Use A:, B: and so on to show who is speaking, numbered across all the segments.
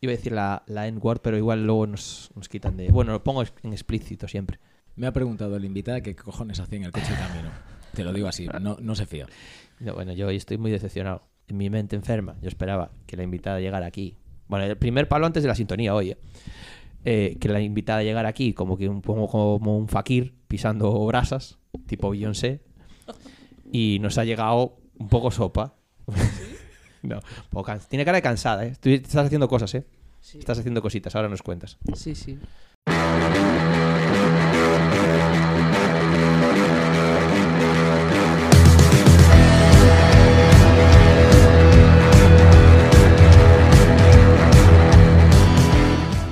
A: Iba a decir la, la N-word, pero igual luego nos, nos quitan de. Bueno, lo pongo en explícito siempre.
B: Me ha preguntado la invitada qué cojones hacía en el coche de camino. Te lo digo así, no, no se fía.
A: No, bueno, yo hoy estoy muy decepcionado. En mi mente enferma, yo esperaba que la invitada llegara aquí. Bueno, el primer palo antes de la sintonía hoy, ¿eh? Eh, que la invitada llegara aquí como que un, como, como un fakir pisando brasas, tipo Beyoncé, y nos ha llegado un poco sopa. no, un poco can- tiene cara de cansada, ¿eh? Tú estás haciendo cosas, ¿eh?
C: Sí,
A: Estás haciendo cositas, ahora nos cuentas.
C: sí. sí.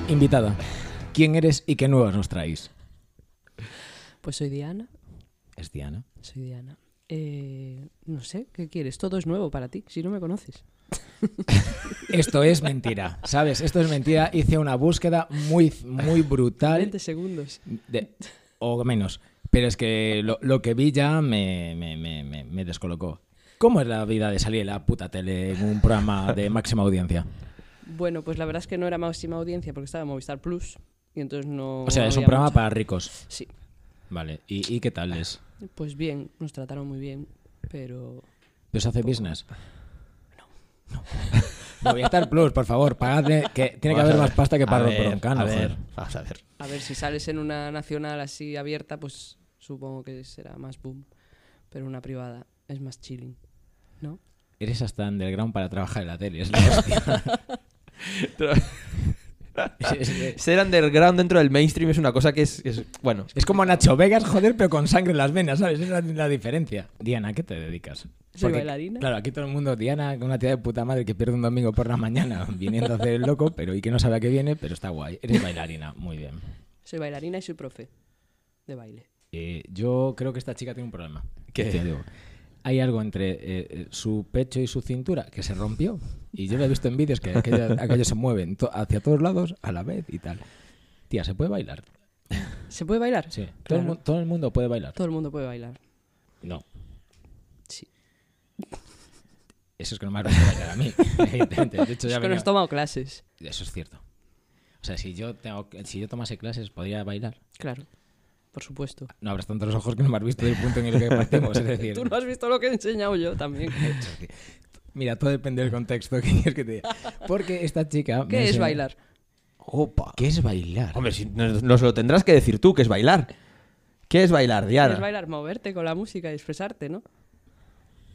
B: Invitada, ¿quién eres y qué nuevas nos traéis?
C: Pues soy Diana.
B: Es Diana.
C: Soy Diana. Eh, no sé, ¿qué quieres? Todo es nuevo para ti, si no me conoces.
B: Esto es mentira, ¿sabes? Esto es mentira. Hice una búsqueda muy, muy brutal.
C: 20 segundos.
B: de- o menos. Pero es que lo, lo que vi ya me, me- me- me- me descolocó. ¿Cómo es la vida de salir en la puta tele en un programa de máxima audiencia?
C: Bueno, pues la verdad es que no era máxima audiencia porque estaba en Movistar Plus y entonces no.
B: O sea, es un
C: había
B: programa
C: mucha-
B: para ricos.
C: Sí,
B: Vale. ¿Y, y qué tal es?
C: pues bien, nos trataron muy bien, pero.
B: ¿Pero se hace business? No. Voy a estar plus, por favor. Pagadle, que tiene que haber más pasta que
A: A
B: para
A: ver,
B: broncano,
A: A ver,
B: joder.
A: vamos a ver.
C: A ver, si sales en una nacional así abierta, pues supongo que será más boom. Pero una privada es más chilling, ¿no?
B: Eres hasta underground para trabajar en la tele. Es la hostia. Es- es-
A: Ser underground dentro del mainstream es una cosa que es, es- bueno,
B: Es como Nacho Vegas, joder, pero con sangre en las venas, ¿sabes? Esa es la, la diferencia. Diana, ¿a qué te dedicas?
C: Soy bailarina.
B: Claro, aquí todo el mundo, Diana, una tía de puta madre que pierde un domingo por la mañana viniendo a hacer el loco, pero y que no sabe a qué viene, pero está guay. Eres bailarina, muy bien.
C: Soy bailarina y soy profe de baile.
B: Eh, yo creo que esta chica tiene un problema.
A: ¿Qué?
B: Te digo. Hay algo entre eh, eh, su pecho y su cintura que se rompió. Y yo lo he visto en vídeos que aquello, aquello se mueve en to- hacia todos lados a la vez y tal. Tía, ¿se puede bailar?
C: ¿Se puede bailar?
B: Sí. Todo, el,
C: Claro.
B: mu- todo el mundo puede bailar.
C: Todo el mundo puede bailar.
B: No.
C: Sí.
B: Eso es que no me ha gustado bailar a mí. evidentemente. De hecho, ya
C: Es que no
B: venía-
C: has tomado clases.
B: Eso es cierto. O sea, si yo, tengo, si yo tomase clases, podría bailar.
C: Claro, por supuesto.
B: No habrás tantos ojos que no me has visto del punto en el que partimos. Es decir,
C: Tú no has visto lo que he enseñado yo también.
B: mira, todo depende del contexto que quieres que te diga. Porque esta chica. me
C: ¿Qué es
B: enseñó-
C: bailar?
A: opa.
B: ¿Qué es bailar?
A: Hombre, si nos, nos lo tendrás que decir tú, que es bailar. ¿Qué es bailar,
C: ¿Qué
A: Diana?
C: es bailar? Moverte con la música y expresarte, ¿no?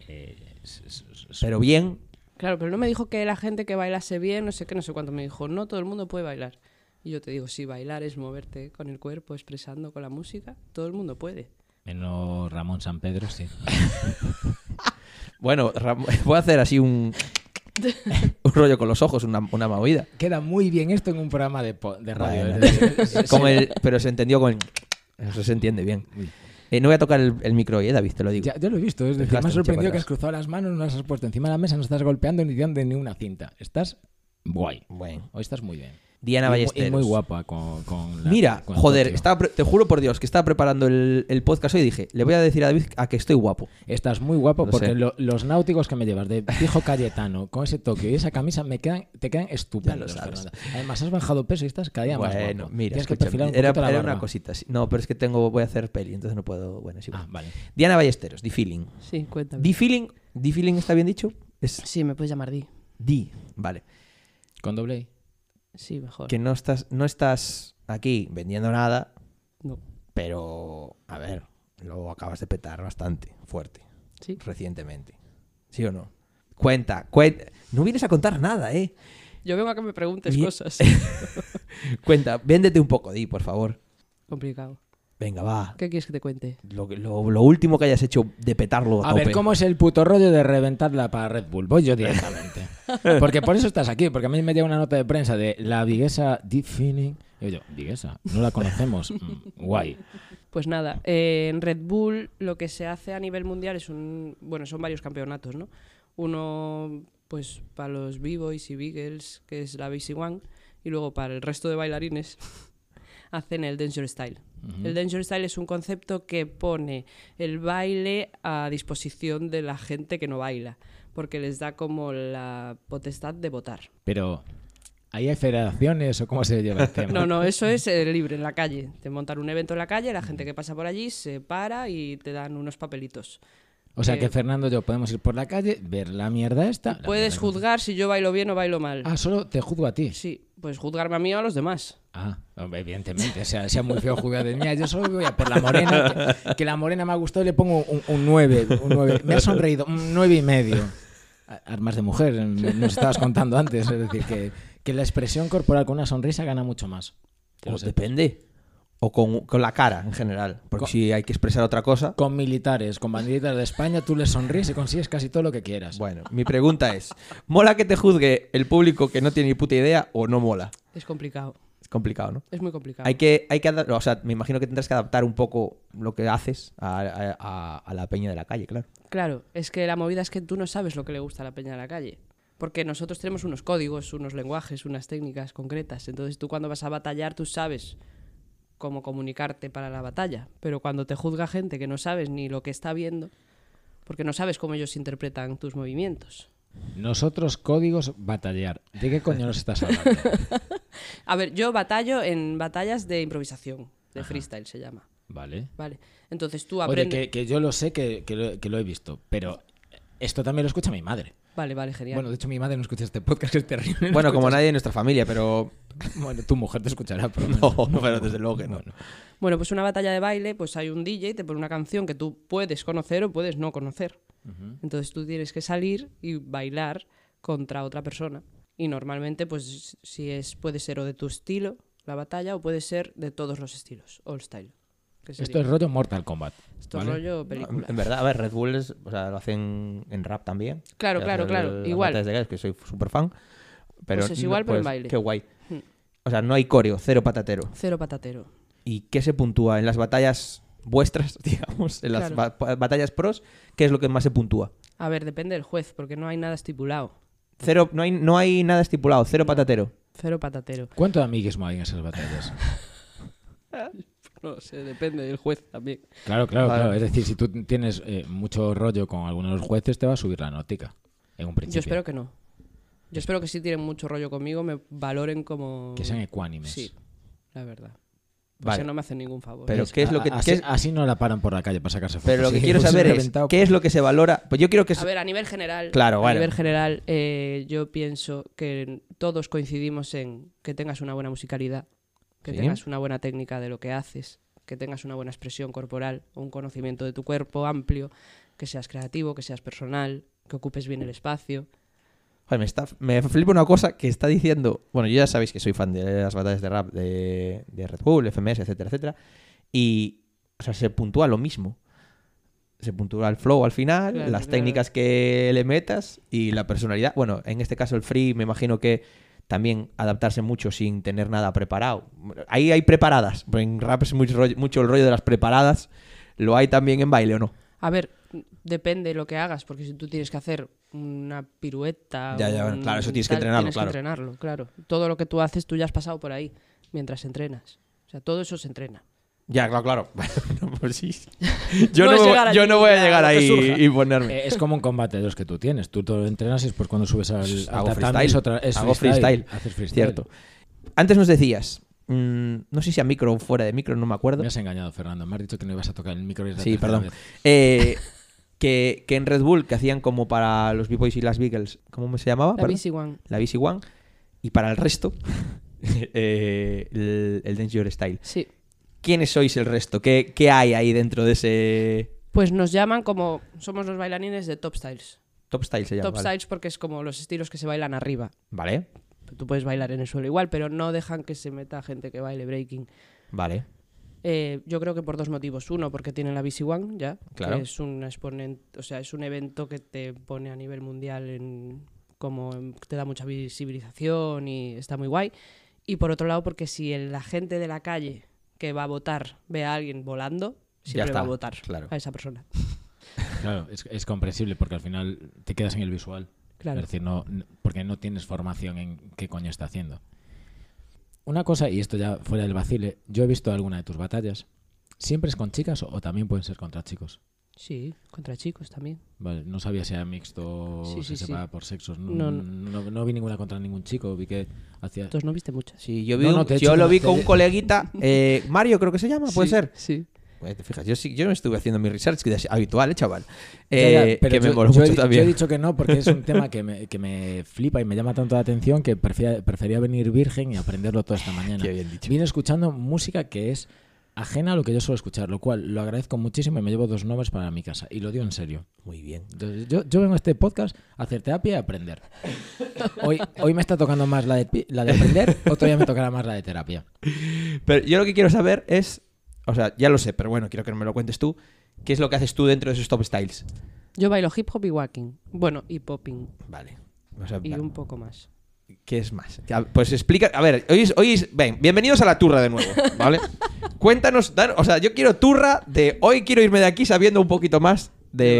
B: Eh, es- es- es-
A: Pero bien,
C: Claro, pero no me dijo que la gente que bailase bien, no sé qué, no sé cuánto. Me dijo, no, todo el mundo puede bailar. Y yo te digo, sí, bailar es moverte con el cuerpo, expresando con la música. Todo el mundo puede.
B: menos Ramón San Pedro, sí.
A: bueno, Ram- voy a hacer así un, un rollo con los ojos, una, una movida.
B: Queda muy bien esto en un programa de, po- de radio. ¿eh?
A: Bueno.
B: es decir, es- es-
A: Con el, pero se entendió con el- Eso se entiende bien. Eh, no voy a tocar el, el micro hoy, eh, David, te lo digo.
B: Ya, yo lo he visto, es decir,
A: dejaste
B: me ha
A: mucho para
B: sorprendido que
A: atrás.
B: has cruzado las manos, no las has puesto encima de la mesa, no estás golpeando ni dando ni una cinta. Estás guay.
A: Bueno.
B: Hoy estás muy bien.
A: Diana
B: Y mu-
A: Ballesteros.
B: Y muy guapa con, con la-
A: Mira,
B: con el
A: joder,
B: coche.
A: estaba pre- te juro por Dios que estaba preparando el, el podcast hoy y dije, le voy a decir a David a que estoy guapo.
B: Estás muy guapo
A: Lo sé.
B: porque lo- los náuticos que me llevas de fijo Cayetano con ese toque y esa camisa me quedan, te quedan estupendos.
A: Ya lo sabes.
B: Fernando. Además, has bajado peso y estás cada día más
A: bueno,
B: guapo.
A: mira,
B: Tienes que
A: escúchame,
B: perfilar un
A: era,
B: poquito la
A: era
B: barba.
A: una cosita. sí. No, pero es que tengo, voy a hacer peli, entonces no puedo. Bueno, es igual.
B: Ah, vale.
A: Diana Ballesteros, The Feeling.
C: Sí, cuéntame.
A: The Feeling, The Feeling está bien dicho. Es
C: Sí, me puedes llamar Di.
A: Di, vale.
B: Con doble E. I.
C: Sí, mejor.
A: Que no estás, no estás aquí vendiendo nada,
C: No.
A: pero a ver, lo acabas de petar bastante fuerte
C: Sí.
A: recientemente. ¿Sí o no? Cuenta, cuenta. No vienes a contar nada, ¿eh?
C: Yo vengo a que me preguntes
A: Di-
C: cosas.
A: Cuenta, véndete un poco, Di, por favor.
C: Complicado.
A: Venga, va.
C: ¿Qué quieres que te cuente?
A: Lo, que- lo- lo último que hayas hecho de petarlo a,
B: A ver,
A: tope.
B: ¿cómo es el puto rollo de reventarla para Red Bull? Voy yo directamente. Porque por eso estás aquí, porque a mí me llega una nota de prensa de la viguesa Deep Feeling. Y yo, viguesa, no la conocemos. Mm, guay.
C: Pues nada, eh, en Red Bull lo que se hace a nivel mundial es un. Bueno, son varios campeonatos, ¿no? Uno, pues, para los B-Boys y Beagles, que es la BC One, y luego para el resto de bailarines, hacen el Danger Style. El Danger Style es un concepto que pone el baile a disposición de la gente que no baila, porque les da como la potestad de votar.
B: Pero ¿Ahí hay federaciones o cómo se lleva el tema?
C: No, no, eso es eh, libre en la calle. Te montan un evento en la calle, la gente que pasa por allí se para y te dan unos papelitos.
B: O sea que
C: Eh,
B: Fernando y yo podemos ir por la calle, ver la mierda esta. la
C: Puedes
B: mierda-
C: juzgar si yo bailo bien o bailo mal.
B: Ah, solo te juzgo a ti.
C: Sí, pues juzgarme a mí o a los demás.
B: Ah, hombre, evidentemente. O sea, sea muy feo juzgar de mí. Ah, Yo solo voy a por la morena. Que, que la morena me ha gustado y le pongo un, un 9, un 9. Me ha sonreído, un 9 y medio. A- Armas de mujer, eh, me- nos estabas contando antes. Es decir, que, que la expresión corporal con una sonrisa gana mucho más.
A: O
B: O sea,
A: depende. O con, con la cara en general. Porque
B: Con-
A: si hay que expresar otra cosa.
B: Con militares, con banderitas de España, tú les sonríes y consigues casi todo lo que quieras.
A: Bueno, mi pregunta es: ¿mola que te juzgue el público que no tiene ni puta idea o no mola?
C: Es complicado,
A: Es complicado, ¿no?
C: es muy complicado.
A: Hay que, hay que ada- o sea, me imagino que tendrás que adaptar un poco lo que haces a, a- a- a la peña de la calle, claro.
C: Claro, es que la movida es que tú no sabes lo que le gusta a la peña de la calle. Porque nosotros tenemos unos códigos, unos lenguajes, unas técnicas concretas. Entonces tú cuando vas a batallar, tú sabes cómo comunicarte para la batalla. Pero cuando te juzga gente que no sabes ni lo que está viendo, porque no sabes cómo ellos interpretan tus movimientos.
B: Nosotros, códigos, batallar. ¿De qué coño nos estás hablando?
C: A ver, yo batallo en batallas de improvisación, de freestyle se llama.
B: Vale.
C: Vale. Entonces tú
B: Oye,
C: aprendes.
B: que, que yo lo sé, que, que lo, que lo he visto, pero esto también lo escucha mi madre.
C: Vale, vale, genial.
B: Bueno, de hecho mi madre no escucha este podcast, es terrible. No
A: Bueno, como
C: Pues
B: escucha-
A: nadie de nuestra familia, pero.
B: Bueno, tu mujer te escuchará, pero
A: No, pero desde luego que no.
C: Bueno, pues una batalla de baile, pues hay un DJ, te pone una canción que tú puedes conocer o puedes no conocer. Entonces tú tienes que salir y bailar contra otra persona. Y normalmente, pues si es, puede ser o de tu estilo la batalla o puede ser de todos los estilos, all style. que
B: Esto
C: sería.
B: es rollo Mortal Kombat.
C: Esto es
B: ¿vale?
C: rollo película.
A: En verdad, a ver, Red Bull es- o sea, lo hacen en rap también.
C: Claro,
A: Que
C: claro,
A: hacen
C: claro,
A: las
C: igual.
A: batallas de gallos, que soy súper fan. Pero
C: Pues es
A: no-
C: igual, pero en
A: pues,
C: baile. Hmm.
A: Qué guay. O sea, no hay coreo, cero patatero.
C: Cero patatero.
A: ¿Y qué se puntúa en las batallas vuestras, digamos, en las
C: Claro.
A: ba- batallas pros? ¿Qué es lo que más se puntúa?
C: A ver, depende del juez, porque no hay nada estipulado.
A: Cero, no hay, no hay nada estipulado, cero patatero.
C: Cero patatero.
B: ¿Cuánto de amiguismo hay en esas batallas?
C: No sé, depende del juez también.
B: Claro, claro,
A: Vale.
B: claro. Es decir, si tú tienes eh, mucho rollo con alguno de los jueces, te va a subir la nótica. En un principio.
C: Yo espero que no. Yo espero que sí tienen mucho rollo conmigo, me valoren como...
B: Que sean ecuánimes.
C: Sí, la verdad. Porque
A: Vale.
C: no me hacen ningún favor.
A: Pero ¿qué es lo que,
B: A- Así,
A: qué es-
B: así no la paran por la calle para sacarse fotos.
A: pero lo que
B: Sí,
A: quiero
B: pues,
A: saber es
B: reventado.
A: qué es lo que se valora. Pues yo quiero que
C: A ver, a nivel general,
A: Claro,
C: a
A: bueno.
C: nivel general eh, yo pienso que todos coincidimos en que tengas una buena musicalidad, que
A: Sí.
C: tengas una buena técnica de lo que haces, que tengas una buena expresión corporal, un conocimiento de tu cuerpo amplio, que seas creativo, que seas personal, que ocupes bien el espacio.
A: Joder, me, está, me flipa una cosa que está diciendo. Bueno, yo ya sabéis que soy fan de las batallas de rap de, de Red Bull, FMS, etcétera, etcétera. Y, o sea, se puntúa lo mismo. Se puntúa el flow al final,
C: Claro,
A: las
C: claro.
A: técnicas que le metas y la personalidad. Bueno, en este caso el free, me imagino que también adaptarse mucho sin tener nada preparado. Ahí hay preparadas. pero En rap es mucho, rollo- mucho el rollo de las preparadas. ¿Lo hay también en baile o no?
C: A ver, depende lo que hagas, porque si tú tienes que hacer una pirueta,
A: Ya, ya,
C: un
A: bueno, claro, eso tienes que entrenarlo,
C: tienes que
A: claro.
C: entrenarlo, claro. Todo lo que tú haces, tú ya has pasado por ahí mientras entrenas. O sea, todo eso se entrena.
A: Ya, claro, claro. No, pues sí. Yo,
C: No
A: no,
C: es
A: voy-
C: llegar allí
A: yo no voy
C: a
A: a llegar
C: lo que
A: ahí
C: surja.
A: y ponerme.
B: Eh, Es como un combate de los que tú tienes. Tú todo lo entrenas y después cuando subes al, al
A: Hago
B: tatami
A: freestyle.
B: es otra- es
A: Hago freestyle.
B: Haces freestyle.
A: Cierto.
C: eh.
A: Antes nos decías, mm, no sé si a micro o fuera de micro, no me acuerdo.
B: Me has engañado, Fernando. Me has dicho que no ibas a tocar el micro. y es la
A: Sí,
B: tercera
A: perdón.
B: vez.
A: Eh, que, que en Red Bull, que hacían como para los B-Boys y las Beagles, ¿cómo se llamaba?
C: La
A: perdón?
C: BC One.
A: La BC One. Y para el resto, eh, el, el Dance Your Style.
C: Sí.
A: ¿Quiénes sois el resto? ¿Qué, qué hay ahí dentro de ese
C: Pues nos llaman como somos los bailarines de top styles.
A: Top Style? Se llama,
C: top
A: vale.
C: styles porque es como los estilos que se bailan arriba.
A: Vale,
C: Tú puedes bailar en el suelo igual, pero no dejan que se meta gente que baile breaking.
A: vale.
C: Eh, yo creo que por dos motivos. Uno, porque tienen la BC One ya,
A: Claro.
C: que es un exponente, o sea, es un evento que te pone a nivel mundial en como en- te da mucha visibilización y está muy guay. Y por otro lado, porque si el- la gente de la calle que va a votar ve a alguien volando, siempre
A: está,
C: va a votar
A: claro.
C: a esa persona.
B: Claro, es, es comprensible porque al final te quedas en el visual.
C: Claro.
B: Es decir, no, n- porque no tienes formación en qué coño está haciendo. Una cosa, y esto ya fuera del vacile, yo he visto alguna de tus batallas. ¿Siempre es con chicas o, o también pueden ser contra chicos?
C: Sí, contra chicos también.
B: Vale, no sabía si era mixto o
C: Sí,
B: se
C: sí, sí.
B: separaba por sexos. No,
C: No,
B: no, no vi ninguna contra ningún chico, vi que hacía...
C: Entonces no viste muchas.
A: Sí, yo, vi
B: No, no,
A: un-
B: te he
A: yo
B: hecho
A: lo
B: una
A: vi con un
B: tele-
A: coleguita, eh, Mario creo que se llama, puede
C: Sí,
A: ser.
C: Sí.
A: Bueno, Pues, te fijas, yo, sí, yo no estuve haciendo mi research que es habitual, eh, chaval.
B: Ya, ya,
A: Eh, que me
B: yo-
A: moló
B: yo he
A: mucho
B: di-
A: también.
B: Yo he dicho que no porque es un tema que me, que me flipa y me llama tanto la atención que prefería, prefería venir virgen y aprenderlo toda esta mañana.
A: Qué bien dicho.
B: Vine escuchando música que es ajena a lo que yo suelo escuchar, lo cual lo agradezco muchísimo y me llevo dos nombres para mi casa. Y lo digo en serio.
A: Muy bien.
B: Entonces, yo, yo vengo a este podcast a hacer terapia y a aprender. Hoy, hoy me está tocando más la de, pi- la de aprender, otro día me tocará más la de terapia.
A: Pero yo lo que quiero saber es, o sea, ya lo sé, pero bueno, quiero que me lo cuentes tú. ¿Qué es lo que haces tú dentro de esos top styles?
C: Yo bailo hip hop y walking. Bueno, y popping.
A: Vale. O sea,
C: Y
A: va-
C: un poco más.
A: ¿Qué es más? Que, a- Pues explica. A ver, hoy es- hoy es- ven, bienvenidos a la turra de nuevo, ¿vale? Cuéntanos, dan- o sea, yo quiero turra de hoy quiero irme de aquí sabiendo un poquito más de, de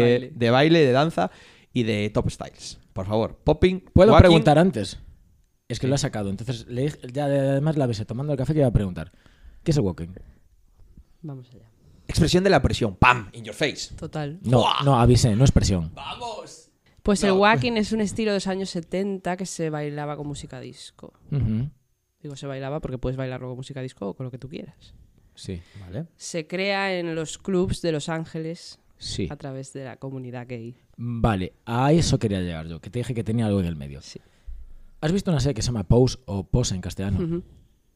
A: baile.
C: De baile.
A: de danza y de top styles. Por favor, popping.
B: ¿Puedo
A: walking.
B: preguntar antes? Es que
A: Sí.
B: lo ha sacado. Entonces, le dije- ya además la besé tomando el café que iba a preguntar. ¿Qué es el walking?
C: Vamos allá.
A: Expresión de la presión. ¡Pam! In your face.
C: Total.
B: No, no, avisé, no es presión.
A: ¡Vamos!
C: Pues el
A: No.
C: walking es un estilo de los años 70 que se bailaba con música disco.
B: Ujú,
C: Digo, se bailaba porque puedes bailarlo con música disco o con lo que tú quieras.
B: Sí,
A: Vale.
C: Se crea en los clubs de Los Ángeles
B: sí.
C: a través de la comunidad gay.
B: Vale, a eso quería llegar yo, que te dije que tenía algo en el medio.
C: Sí.
B: ¿Has visto una serie que se llama Pose o Pose en castellano?
C: Ujú.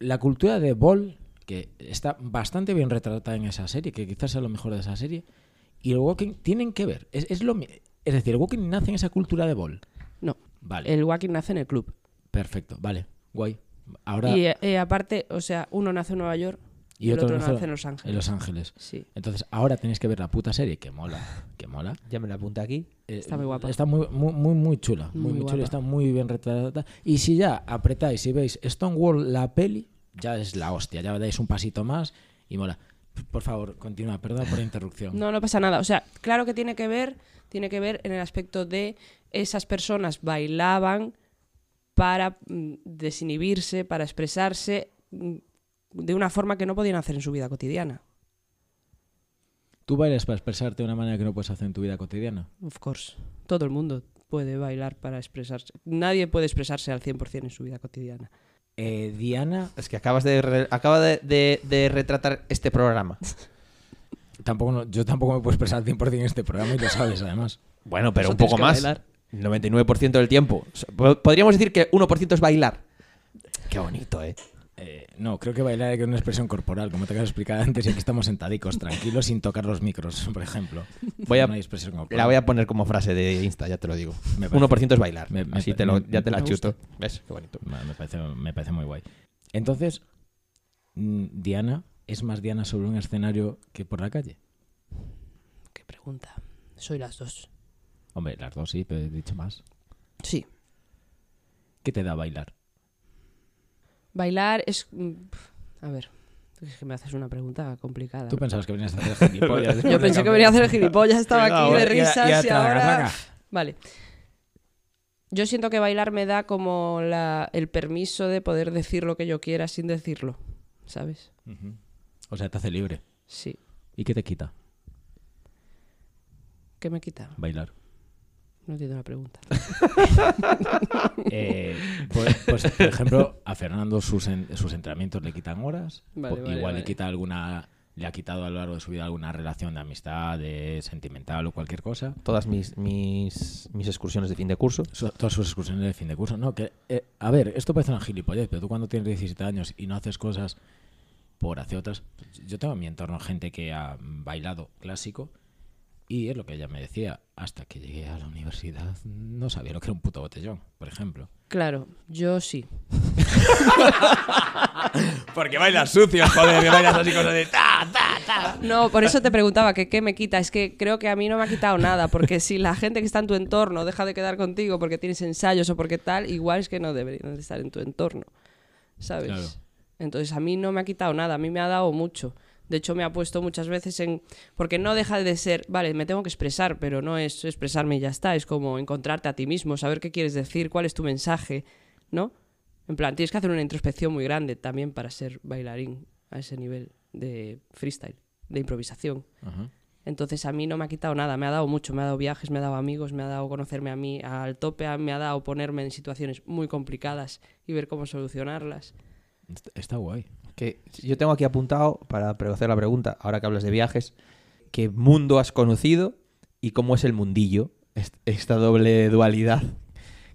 B: La cultura de Ball, que está bastante bien retratada en esa serie, que quizás sea lo mejor de esa serie, y el walking tienen que ver. Es, es lo, mi- es decir, el walking nace en esa cultura de Ball.
C: No,
B: Vale,
C: el walking nace en el club.
B: perfecto, vale, guay. Ahora,
C: Y eh, aparte, o sea, uno nace en Nueva York y, el otro, nace en Los Ángeles.
B: en Los Ángeles.
C: Sí.
B: Entonces, ahora tenéis que ver la puta serie, que mola, que mola.
A: Ya me la apunta aquí.
B: Eh,
C: Está muy guapa.
B: Está muy, muy, muy, muy chula. Muy,
C: Muy
B: muy chula.
C: guapa.
B: Está muy bien retratada. Y si ya apretáis y veis Stonewall la peli, ya es la hostia. Ya dais un pasito más y mola. P- Por favor, continúa. Perdón por la interrupción.
C: No, no pasa nada. O sea, claro que tiene que ver, tiene que ver en el aspecto de esas personas bailaban para mm, desinhibirse, para expresarse mm, de una forma que no podían hacer en su vida cotidiana.
B: ¿Tú bailas para expresarte de una manera que no puedes hacer en tu vida cotidiana?
C: Of course. Todo el mundo puede bailar para expresarse. Nadie puede expresarse al 100% en su vida cotidiana.
B: Eh, Diana,
A: Es que acabas de, re- acaba de, de- de retratar este programa.
B: tampoco no- yo tampoco me puedo expresar al 100% en este programa y lo sabes, además.
A: Bueno, pero
C: Eso
A: un poco
C: tienes que
A: más.
C: bailar.
A: 99% del tiempo. O sea, po- Podríamos decir que 1% es bailar. Qué bonito, ¿eh?
B: Eh, no, creo que bailar es una expresión corporal, como te acabo de explicar antes, y aquí estamos sentadicos, tranquilos, sin tocar los micros, por ejemplo.
A: Voy a-
B: No hay expresión corporal.
A: La voy a poner como frase de Insta, ya te lo digo.
B: Me parece.
A: 1% es bailar.
B: Me- me
A: Así
B: pa-
A: te lo,
B: me-
A: ya te la
B: me gusta.
A: chuto. ¿Ves? Qué bonito.
B: Ma- Me parece, me parece muy guay. Entonces, mm, Diana es más Diana sobre un escenario que por la calle.
C: Qué pregunta. Soy las dos.
B: Hombre, las dos sí, pero he dicho más.
C: Sí.
B: ¿Qué te da bailar?
C: Bailar es... mm, A ver, es que me haces una pregunta complicada.
B: Tú pensabas que venías a hacer este gilipollas. después
C: Yo
B: del
C: pensé
B: café.
C: que venía a hacer el gilipollas, estaba aquí de
B: Y a- y a-
C: risas y,
B: traga,
C: ahora...
B: traga.
C: Vale. Yo siento que bailar me da como la- el permiso de poder decir lo que yo quiera sin decirlo, ¿sabes?
B: Ujú. O sea, te hace libre.
C: Sí.
B: ¿Y qué te quita
C: ¿Qué me quita?
B: bailar?
C: No entiendo la pregunta.
B: Eh, pues, pues, por ejemplo, a Fernando sus, en- sus entrenamientos le quitan horas.
C: Vale,
B: Po-
C: vale,
B: igual le
C: vale.
B: quita alguna... Le ha quitado a lo largo de su vida alguna relación de amistad, de sentimental o cualquier cosa.
A: Todas mis, mis, mis excursiones de fin de curso.
B: Su- todas sus excursiones de fin de curso. No, que, eh, a ver, esto parece una gilipollez, pero tú cuando tienes 17 años y no haces cosas por hacer otras. Yo tengo en mi entorno gente que ha bailado clásico y es lo que ella me decía. Hasta que llegué a la universidad no sabía lo que era un puto botellón, por ejemplo.
C: Claro, yo sí.
B: Porque bailas sucio, joder, que bailas así cosas de.
C: No, por eso te preguntaba que qué me quita. Es que creo que a mí no me ha quitado nada, porque si la gente que está en tu entorno deja de quedar contigo porque tienes ensayos o porque tal, igual es que no deberían de estar en tu entorno, ¿sabes?
B: Claro.
C: Entonces a mí no me ha quitado nada, a mí me ha dado mucho. De hecho me ha puesto muchas veces en... Porque no deja de ser, vale, me tengo que expresar, pero no es expresarme y ya está, es como encontrarte a ti mismo, saber qué quieres decir, cuál es tu mensaje, ¿no? En plan, tienes que hacer una introspección muy grande también para ser bailarín a ese nivel de freestyle, de improvisación. Entonces a mí no me ha quitado nada, me ha dado mucho, me ha dado viajes, me ha dado amigos, me ha dado conocerme a mí al tope, a- me ha dado ponerme en situaciones muy complicadas y ver cómo solucionarlas.
B: Está, está guay.
A: Que yo tengo aquí apuntado para pre- hacer la pregunta, ahora que hablas de viajes, ¿qué mundo has conocido y cómo es el mundillo? Est- Esta doble dualidad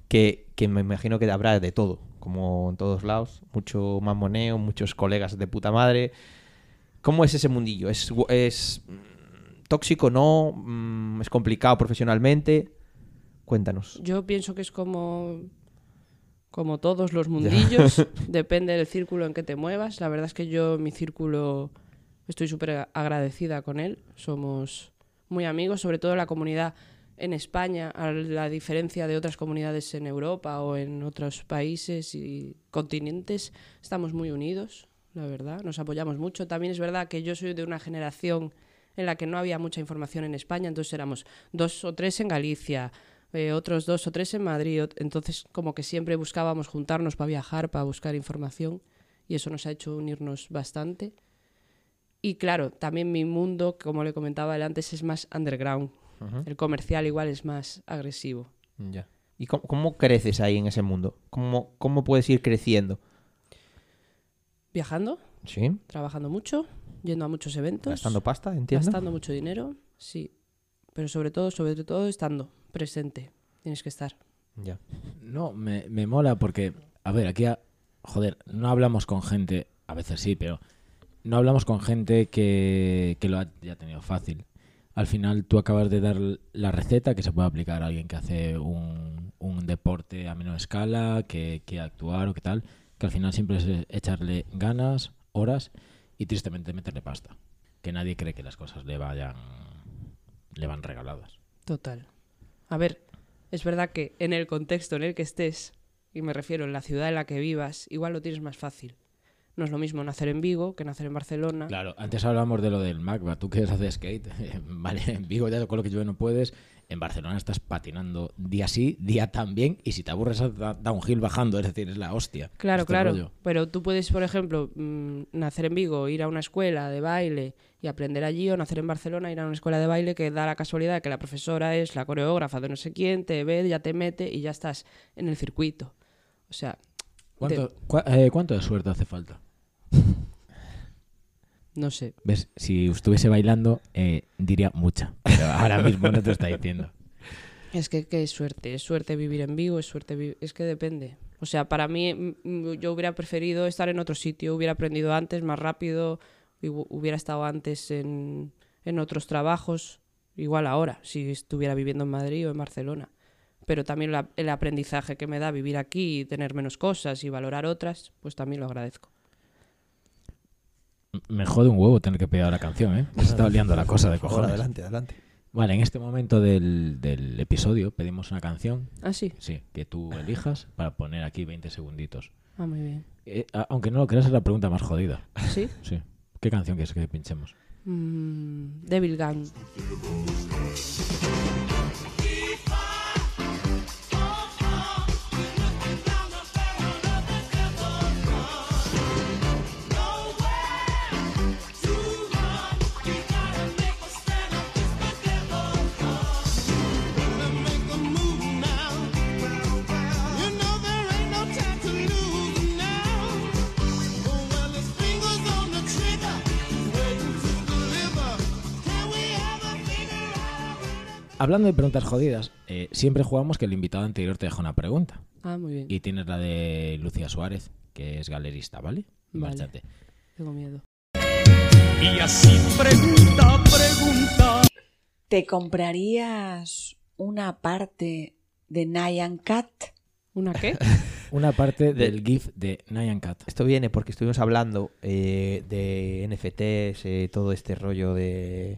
A: que, que me imagino que habrá de todo, como en todos lados, mucho mamoneo, muchos colegas de puta madre. ¿Cómo es ese mundillo? ¿Es, gu- es mm, tóxico? ¿No? Mm, ¿Es complicado profesionalmente? Cuéntanos.
C: Pues Yo pienso que es como como todos los mundillos, depende del círculo en que te muevas. La verdad es que yo mi círculo estoy súper agradecida con él. Somos muy amigos, sobre todo la comunidad en España, a la diferencia de otras comunidades en Europa o en otros países y continentes, estamos muy unidos, la verdad, nos apoyamos mucho. También es verdad que yo soy de una generación en la que no había mucha información en España, entonces éramos dos o tres en Galicia, eh, otros dos o tres en Madrid, ot- entonces como que siempre buscábamos juntarnos para viajar, para buscar información y eso nos ha hecho unirnos bastante. Y claro, también mi mundo, como le comentaba él antes, es más underground. El comercial igual es más agresivo.
A: Ya. ¿Y cómo, cómo creces ahí en ese mundo? ¿Cómo, cómo puedes ir creciendo?
C: Viajando,
A: ¿Sí?
C: trabajando mucho, yendo a muchos eventos,
A: ¿Gastando pasta? Entiendo.
C: gastando mucho dinero, sí. Pero sobre todo, sobre todo, estando presente. Tienes que estar.
A: Ya.
B: No, me, me mola porque, a ver, aquí, a- joder, no hablamos con gente, a veces sí, pero no hablamos con gente que, que lo ha- haya tenido fácil. Al final tú acabas de dar la receta que se puede aplicar a alguien que hace un, un deporte a menor escala, que quiere actuar o qué tal, que al final siempre es echarle ganas, horas y tristemente meterle pasta. Que nadie cree que las cosas le vayan, le van regaladas.
C: Total. A ver, es verdad que en el contexto en el que estés, y me refiero en la ciudad en la que vivas, igual lo tienes más fácil. No es lo mismo nacer en Vigo que nacer en Barcelona.
B: Claro, antes hablábamos de lo del Magba. Tú quieres hacer skate, vale, en Vigo ya con lo que llueve no puedes. En Barcelona estás patinando día sí, día también. Y si te aburres, haz da- downhill bajando, es decir, es la hostia.
C: Claro,
B: este
C: claro.
B: rollo.
C: Pero tú puedes, por ejemplo, mm, nacer en Vigo, ir a una escuela de baile y aprender allí, o nacer en Barcelona, ir a una escuela de baile que da la casualidad de que la profesora es la coreógrafa de no sé quién, te ve, ya te mete y ya estás en el circuito. O sea,
B: ¿Cuánto, cua- eh, cuánto de suerte hace falta?
C: no sé.
B: ¿Ves? Si estuviese bailando, eh, diría mucha. Pero ahora mismo no te está diciendo.
C: Es que qué suerte, es suerte vivir en Vigo, es suerte vi- es que depende. O sea, para mí mm, mm, yo hubiera preferido estar en otro sitio, hubiera aprendido antes, más rápido, y hu- hubiera estado antes en, en otros trabajos, igual ahora, si estuviera viviendo en Madrid o en Barcelona. Pero también la- el aprendizaje que me da vivir aquí y tener menos cosas y valorar otras, pues también lo agradezco.
B: M- Me jode un huevo tener que pegar la canción, ¿eh? Se está oliando la cosa de
A: Por favor,
B: cojones.
A: adelante, adelante.
B: Vale, en este momento del, del episodio pedimos una canción,
C: Ah, sí.
B: sí, que tú elijas para poner aquí 20 segunditos.
C: Ah, muy bien.
B: Eh, a- aunque no lo creas, es la pregunta más jodida.
C: ¿Sí?
B: Sí. ¿Qué canción quieres que pinchemos?
C: Mm, Devil Gun.
B: Hablando de preguntas jodidas, eh, siempre jugamos que el invitado anterior te deja una pregunta.
C: Ah, muy bien.
B: Y tienes la de Lucía Suárez, que es galerista, ¿vale? Y
C: Vale.
B: Márchate.
C: Tengo miedo.
D: Y así pregunta, pregunta.
E: ¿Te comprarías una parte de Nyan Cat?
C: ¿Una qué?
B: Una parte
A: De-
B: del GIF de Nyan Cat.
A: Esto viene porque estuvimos hablando eh, de NFTs, eh, todo este rollo de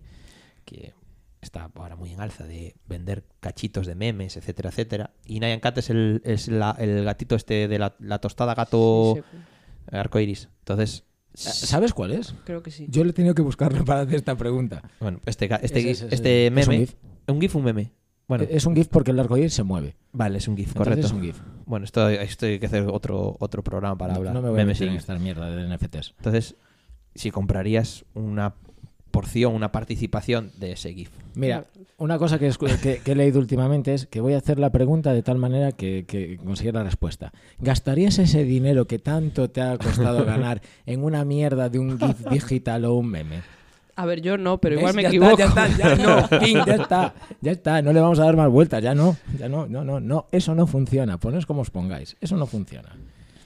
A: que está ahora muy en alza de vender cachitos de memes, etcétera, etcétera. Y Nyan Cat es el, es la- el gatito este de la, la tostada gato
C: Sí, sí,
A: arcoiris. Entonces,
B: Eh, ¿Sabes cuál es?
C: creo que sí.
B: Yo le he tenido que buscarlo para hacer esta pregunta.
A: bueno, este, ga- este,
B: Ese,
A: gif-
B: ese, ese.
A: este
B: Es un
A: meme,
B: GIF.
A: un GIF, un meme. Bueno,
B: Es un GIF porque el largo se mueve.
A: vale, es un GIF,
B: Entonces
A: correcto.
B: Es un GIF.
A: Bueno, esto, esto hay que hacer otro otro programa para
B: No-
A: hablar.
B: No me voy a
A: Memes
B: meter en
A: sin-
B: esta mierda de NFTs.
A: Entonces, si comprarías una porción, una participación de ese GIF.
B: Mira, una cosa que, escu- que- que he leído últimamente es que voy a hacer la pregunta de tal manera que, que consiga la respuesta. ¿Gastarías ese dinero que tanto te ha costado ganar en una mierda de un GIF digital o un meme?
C: A ver, yo no, pero igual
B: ¿Ves?
C: me
B: ya
C: equivoco.
B: Está, ya está, ya no, King, ya está, ya está, no le vamos a dar más vueltas, ya no, ya no, no, no, no, eso no funciona, ponéis como os pongáis, eso no funciona.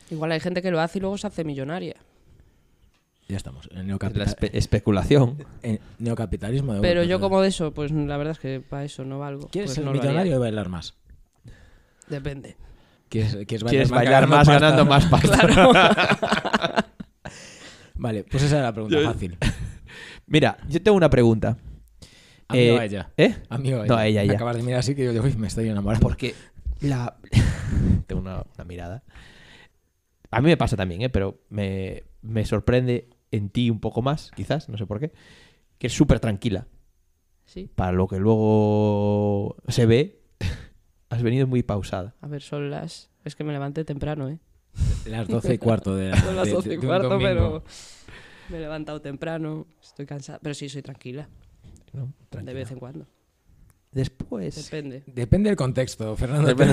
C: Igual hay gente que lo hace y luego se hace millonaria.
B: Ah, Ya estamos, en
A: La
B: neocapitalismo.
A: espe- especulación.
B: neocapitalismo de
C: Pero
B: golpe,
C: yo
B: ¿verdad?
C: como de eso, pues la verdad es que para eso no valgo.
B: ¿Quieres
C: Pues
B: ser
C: no lo haría.
B: millonario o bailar más?
C: Depende.
B: ¿Quieres, quieres bailar,
A: Quieres
B: más,
A: bailar más
B: pasta?
A: ganando más pasta.
B: Vale, pues esa era la pregunta fácil.
A: Mira, yo tengo una pregunta.
B: A mí o
A: Eh,
B: a ella.
A: ¿eh?
B: A mí o a ella.
A: No, a ella
B: Me
A: ya.
B: Acabas de mirar así que yo, uy, me estoy enamorando.
A: Porque la. Tengo una, una mirada. A mí me pasa también, ¿eh? pero me, me sorprende en ti un poco más, quizás, no sé por qué, que es súper tranquila.
C: Sí.
A: Para lo que luego se ve, has venido muy pausada.
C: A ver, son las... Es que me levanté temprano, ¿eh?
B: Las 12 y cuarto de la
C: Son las
B: de- de-
C: 12 y
B: de un
C: cuarto,
B: domingo.
C: pero... Me he levantado temprano, estoy cansada. Pero sí, soy tranquila,
A: ¿no? Tranquila.
C: de vez en cuando.
A: Después.
C: Depende.
B: Depende del contexto, Fernando.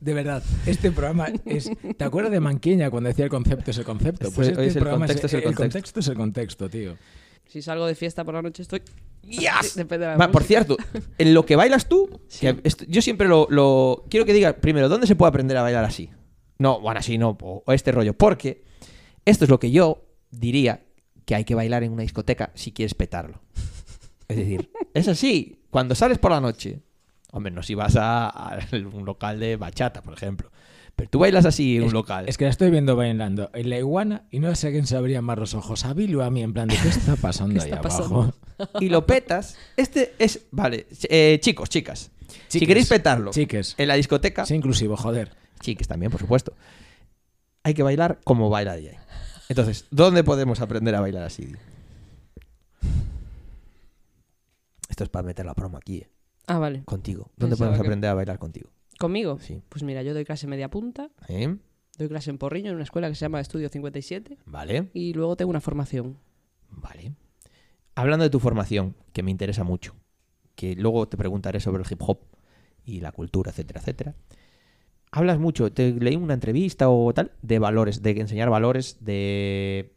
B: De verdad, este programa es. ¿Te acuerdas de Manquiña cuando decía el concepto es el concepto?
A: Este-
B: Pues este
A: hoy es el
B: programa
A: contexto es el contexto.
B: es el contexto, tío.
C: Si salgo de fiesta por la noche estoy...
A: ¡Yas!
C: Depende de la
A: Va, Por
C: música.
A: cierto, en lo que bailas tú, que esto- yo siempre lo, lo- Quiero que digas primero, ¿dónde se puede aprender a bailar así? No, bueno, así no, o, o este rollo. Porque esto es lo que yo diría que hay que bailar en una discoteca si quieres petarlo. Es decir, es así. Cuando sales por la noche, hombre, no si vas a, a un local de bachata, por ejemplo. Pero tú bailas así en un local.
B: Es que la estoy viendo bailando en la iguana y no sé a quién se abrían más los ojos. A Bill o a mí, en plan, ¿de qué está pasando
C: está
B: ahí
C: pasando?
B: abajo?
A: y lo petas. Este es. Vale, eh, chicos, chicas. si
B: Chiques,
A: queréis petarlo
B: chiques.
A: en la discoteca,
B: Sí, inclusivo, joder.
A: chiques también, por supuesto, hay que bailar como baila DJ. Entonces, ¿dónde podemos aprender a bailar así? Esto es para meter la promo aquí, eh,
C: Ah, vale.
A: contigo. ¿Dónde
C: Pensaba
A: podemos
C: que-
A: aprender a bailar contigo?
C: ¿Conmigo?
A: Sí.
C: Pues mira, yo doy clase media punta,
A: ¿Eh?
C: doy clase en Porriño, en una escuela que se llama Estudio 57,
A: Vale,
C: y luego tengo una formación.
A: vale. Hablando de tu formación, que me interesa mucho, que luego te preguntaré sobre el hip hop y la cultura, etcétera, etcétera. Hablas mucho, te leí una entrevista o tal, de valores, de enseñar valores, de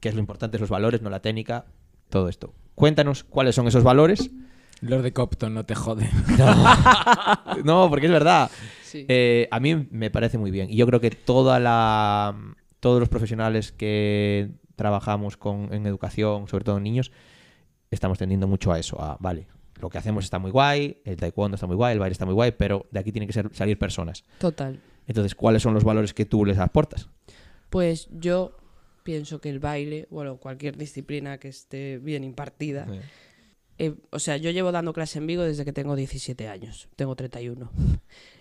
A: qué es lo importante, los valores, no la técnica, todo esto. Cuéntanos cuáles son esos valores.
B: Lord de Copton, no te jode.
A: No, porque es verdad.
C: Sí.
A: Eh, a mí me parece muy bien. Y yo creo que toda la, todos los profesionales que trabajamos con, en educación, sobre todo en niños, estamos tendiendo mucho a eso. A, vale, lo que hacemos está muy guay, el taekwondo está muy guay, el baile está muy guay, pero de aquí tienen que ser- salir personas.
C: Total.
A: Entonces, ¿cuáles son los valores que tú les aportas?
C: Pues yo pienso que el baile, bueno, cualquier disciplina que esté bien impartida. eh, o sea, yo llevo dando clase en Vigo desde que tengo 17 años, tengo 31.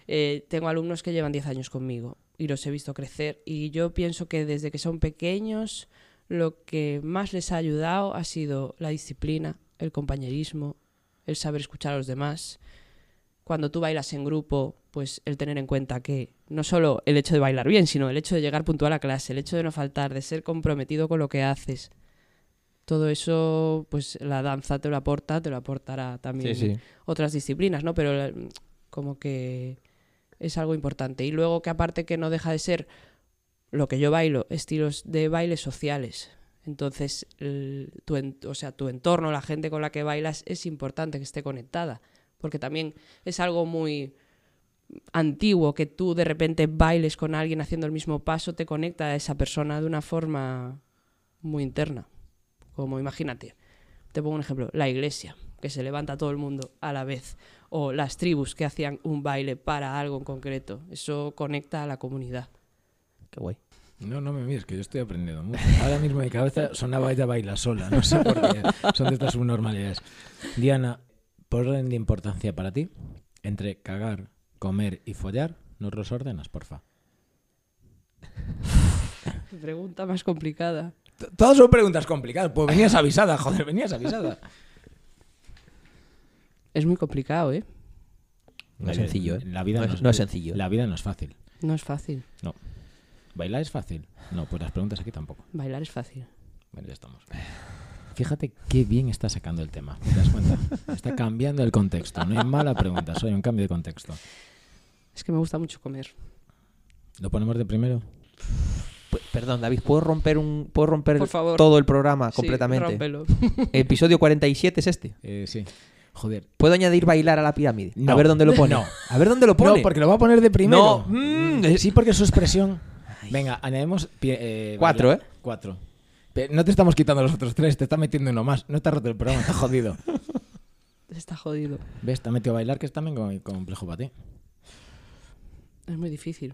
C: Eh, tengo alumnos que llevan 10 años conmigo y los he visto crecer y yo pienso que desde que son pequeños lo que más les ha ayudado ha sido la disciplina, el compañerismo, el saber escuchar a los demás. Cuando tú bailas en grupo, pues el tener en cuenta que no solo el hecho de bailar bien, sino el hecho de llegar puntual a clase, el hecho de no faltar, de ser comprometido con lo que haces. Todo eso, pues la danza te lo aporta, te lo aportará también otras disciplinas, ¿no? Pero la- como que es algo importante. Y luego que aparte que no deja de ser lo que yo bailo, estilos de baile sociales. Entonces, el- tu, en- o sea, tu entorno, la gente con la que bailas, es importante que esté conectada. Porque también es algo muy antiguo que tú de repente bailes con alguien haciendo el mismo paso, te conecta a esa persona de una forma muy interna. Como imagínate, te pongo un ejemplo, la iglesia, que se levanta todo el mundo a la vez, o las tribus que hacían un baile para algo en concreto. Eso conecta a la comunidad.
A: Qué guay.
B: No, no me mires, que yo estoy aprendiendo mucho. Ahora mismo en mi cabeza sonaba ella baila sola, no sé por qué. Son de estas subnormalidades. Diana, por orden de importancia para ti, entre cagar, comer y follar, nos los ordenas, porfa.
C: Pregunta más complicada.
B: T- Todas son preguntas complicadas. Pues venías avisada, joder, venías avisada.
C: Es muy complicado, ¿eh?
A: No es sencillo, ¿eh?
B: La vida
A: no, es, no es sencillo.
B: La vida no es fácil.
C: No es fácil.
B: No. ¿Bailar es fácil? No, pues las preguntas aquí tampoco.
C: Bailar es fácil.
B: Bueno, ya estamos. Fíjate qué bien está sacando el tema. ¿Te das cuenta? Está cambiando el contexto. No es mala pregunta, soy un cambio de contexto.
C: Es que me gusta mucho comer.
B: ¿Lo ponemos de primero?
A: P- Perdón, David, ¿puedo romper un puedo romper
C: Por favor.
A: todo el
B: Ah,
A: programa
C: Sí,
A: completamente?
C: rómpelo.
A: Episodio 47 es este.
B: Eh, sí. Joder.
A: ¿Puedo añadir bailar a la pirámide? A
B: No.
A: ver dónde lo pone.
B: No.
A: A ver dónde lo pone.
B: No, porque lo va a poner de
A: No,
B: primero.
A: mm, es-
B: Sí, porque su expresión. Venga, añadimos. pie- eh,
A: Cuatro,
B: baila-
A: ¿eh?
B: Cuatro. Pe- No te estamos quitando los otros tres, te está metiendo uno más. No te ha roto el programa, está jodido.
C: Está jodido.
B: ¿Ves? Te ha metido a bailar, que es también co- complejo para ti.
C: Es muy difícil.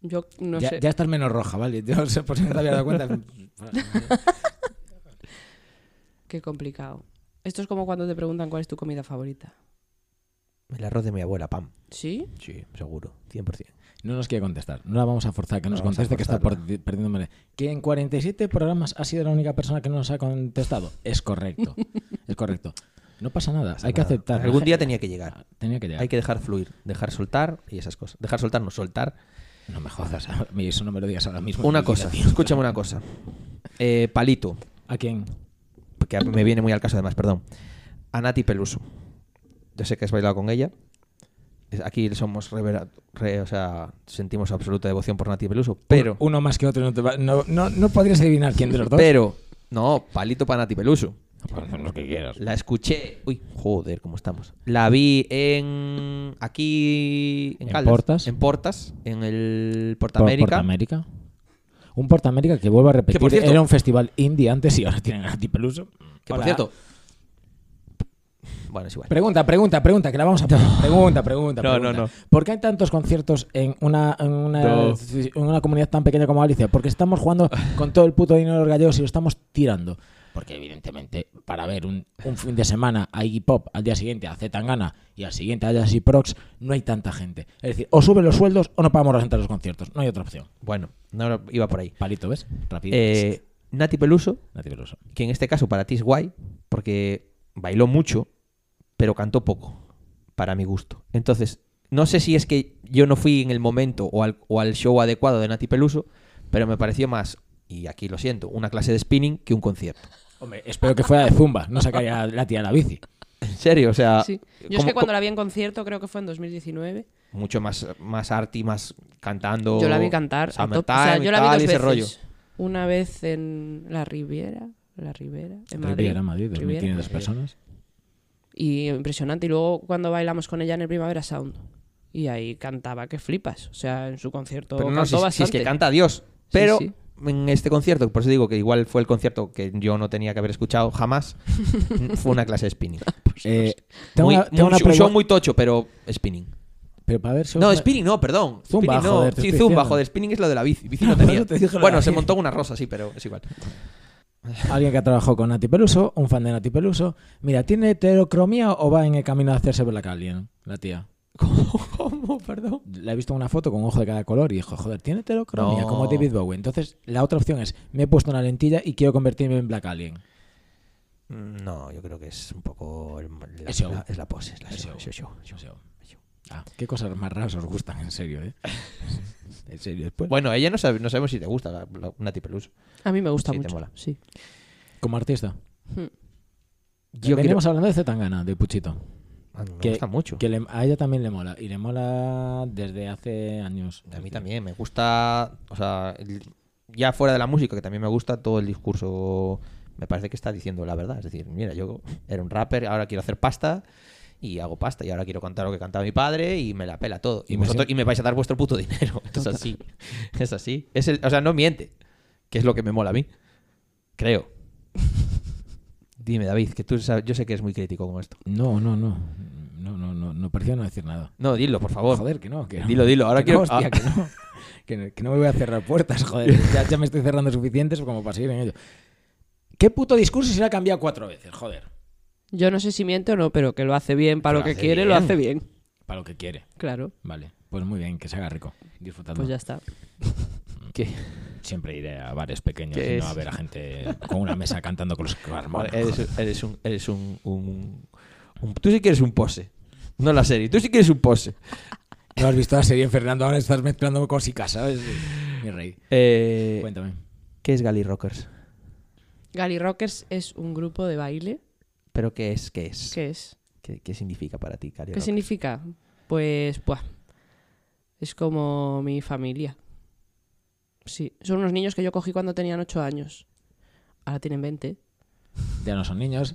C: Yo no
B: ya,
C: sé.
B: ya estás menos roja, ¿vale? Yo no sé por si no te había dado cuenta.
C: Qué complicado. Esto es como cuando te preguntan cuál es tu comida favorita.
A: El arroz de mi abuela, Pam.
C: ¿Sí?
A: Sí, seguro, 100%.
B: No nos quiere contestar. No la vamos a forzar que
A: No
B: nos
A: vamos a
B: conteste, que está
A: forzarla.
B: por- perdiendo manera. Que en 47 programas ha sido la única persona que no nos ha contestado. Es correcto. es correcto. No pasa nada, hay que
A: Nada.
B: aceptar.
A: Algún día tenía que llegar.
B: Tenía que llegar.
A: Hay que dejar fluir, dejar soltar y esas cosas. Dejar soltar, no soltar.
B: No me jodas, ahora- eso no me lo digas ahora mismo.
A: Una
B: Mira,
A: cosa,
B: tío.
A: escúchame una cosa. Eh, palito,
B: ¿A quién?
A: que me viene muy al caso además, perdón. A Nati Peluso. Yo sé que has bailado con ella. Es- Aquí somos revera- re- o sea, sentimos absoluta devoción por Nati Peluso, pero
B: Uno más que otro no te va- No, no, no podrías adivinar quién de los dos.
A: pero no, palito para Nati Peluso.
B: Pues haz lo que quieras.
A: La escuché, uy, joder, cómo estamos. La vi en aquí en,
B: ¿En
A: Caldas,
B: Portas?
A: en Portas, en el
B: Por-
A: Portamérica.
B: Portamérica. Un Portamérica que vuelvo a repetir.
A: Que, por cierto-
B: era un festival indie antes y ahora tienen a ti peluso.
A: Que por
B: Hola.
A: cierto. Bueno, es igual.
B: Pregunta, pregunta, pregunta, que la vamos a poner. Pregunta, pregunta.
A: No,
B: pregunta.
A: no, no.
B: ¿Por qué hay tantos conciertos en una, en una,
A: No.
B: en una comunidad tan pequeña como Galicia? Porque estamos jugando con todo el puto dinero de los gallegos y lo estamos tirando. Porque, evidentemente, para ver un, un fin de semana a Iggy Pop, al día siguiente a Zetangana y al siguiente a Jazzy Prox, no hay tanta gente. Es decir, o suben los sueldos o no pagamos las entradas a los conciertos. No hay otra opción.
A: Bueno, no lo- iba por ahí.
B: Palito, ¿ves? Rápido.
A: Eh, Nati Peluso,
B: Nati Peluso.
A: que en este caso para ti es guay, porque bailó mucho, pero cantó poco, para mi gusto. Entonces, no sé si es que yo no fui en el momento o al, o al show adecuado de Nati Peluso, pero me pareció más, y aquí lo siento, una clase de spinning que un concierto.
B: Hombre, espero que fuera de Zumba, no sacaría la tía la bici.
A: En serio, o
B: Ah,
A: sea,
C: sí. Yo es
A: como-
C: que cuando la vi en concierto, creo que fue en 2019,
A: co- mucho más, más arty, más cantando.
C: yo la vi cantar. a tope. O
A: Summertime
C: sea,
A: y
C: yo la vi
A: tal,
C: dos
A: y ese
C: veces.
A: rollo.
C: Una vez en La Riviera, La Riviera, en Madrid.
B: Riviera, Madrid,
C: Riviera.
B: 2.500 personas.
C: Y impresionante. Y luego cuando bailamos con ella en el Primavera Sound. Y ahí cantaba que flipas. O sea, en su concierto
A: Pero no,
C: cantó
A: si, si es
C: bastante.
A: que canta Dios. Pero
C: sí.
A: en este concierto, por eso digo que igual fue el concierto que yo no tenía que haber escuchado jamás, fue una clase de spinning.
B: Eh, tengo
A: Muy-
B: una, tengo
A: muy-
B: una
A: un show
B: pregu-
A: muy tocho, pero spinning.
B: Pero para ver si
A: No,
B: os-
A: spinning no, perdón.
B: Zumba,
A: Spinning no.
B: joder, te
A: sí,
B: estoy
A: zumba,
B: diciendo.
A: joder. Spinning es lo de la bici. Bici
B: Ah,
A: no
B: por
A: tenía.
B: eso te dije lo de
A: Bueno,
B: la
A: se
B: bici.
A: montó una rosa, sí, pero es igual.
B: Alguien que ha trabajado con Nati Peluso, un fan de Nati Peluso. Mira, ¿tiene heterocromía o va en el camino de hacerse ver la alien, la tía?
A: ¿Cómo? ¿Cómo? Perdón.
B: La he visto en una foto con un ojo de cada color y dijo, joder, tiene heterocromía,
A: No.
B: como David Bowie. Entonces, la otra opción es, me he puesto una lentilla y quiero convertirme en Black Alien.
A: Mm, No, yo creo que es un poco. el- la,
B: Es show.
A: la- es la pose, es la
B: Es
A: show,
B: show.
A: show, show,
B: O sea,
A: show.
B: ah, qué cosas más raras os gustan, en serio, ¿eh? en serio, después.
A: Bueno, ella no, sabe- no sabemos si te gusta la, la- Nati Peluso.
C: A mí me gusta
A: Sí, te
C: mucho.
A: mola.
C: Sí.
B: Como artista.
C: Hmm.
A: Yo
B: Veníamos hablando de Zetangana, de Puchito.
A: Ah, Me
B: que-
A: gusta mucho.
B: Que le- a ella también le mola. Y le mola desde hace años.
A: A mí también, me gusta, o sea, el- ya fuera de la música, que también me gusta todo el discurso, me parece que está diciendo la verdad. Es decir, mira, yo era un rapper, ahora quiero hacer pasta y hago pasta y ahora quiero cantar lo que cantaba mi padre y me la pela todo. Y,
B: Y me
A: vosotros,
B: siento-
A: y me vais a dar vuestro puto dinero. Esto es así, es así. Es el, o sea, no miente, que es lo que me mola a mí, creo. Dime, David, que tú sabes, yo sé que eres muy crítico con esto.
B: No, no, no. No, no, no. No parecía no decir nada.
A: No, dilo, por favor.
B: Joder, que no. Que no.
A: Oh. Dilo, dilo, ahora
B: que no,
A: quiero-
B: hostia,
A: ah.
B: que no. Que no, que no me voy a cerrar puertas, joder. Ya, ya me estoy cerrando suficientes como para seguir en ello. ¿Qué puto discurso se le ha cambiado cuatro veces? Joder.
C: Yo no sé si miente o no, pero que lo hace bien para
A: Lo
C: lo, que
A: hace
C: quiere, lo
A: bien.
C: hace bien.
B: Para lo que quiere.
C: Claro.
B: Vale. Pues muy bien, que se haga rico. Disfrutando.
C: Pues ya está.
A: Que-
B: Siempre iré a bares pequeños
A: ¿Qué
B: y no
A: es?
B: a ver a gente con una mesa cantando con los
A: Vale,
B: carmones.
A: eres, eres un, eres un, un- un- Tú sí que eres un pose. No la serie. Tú sí que eres un pose.
B: No has visto la serie, Fernando. Ahora estás mezclando cosas y casas, ¿sabes? Mi rey.
A: Eh,
B: Cuéntame.
A: ¿Qué es Gally Rockers?
C: Gally Rockers es un grupo de baile.
A: ¿Pero qué es? ¿Qué es? ¿Qué,
C: ¿Qué es?
A: qué significa para ti, Cari
C: ¿Qué significa? Pues, buah, es como mi familia. Sí, son unos niños que yo cogí cuando tenían 8 años. Ahora tienen 20.
B: Ya no son niños.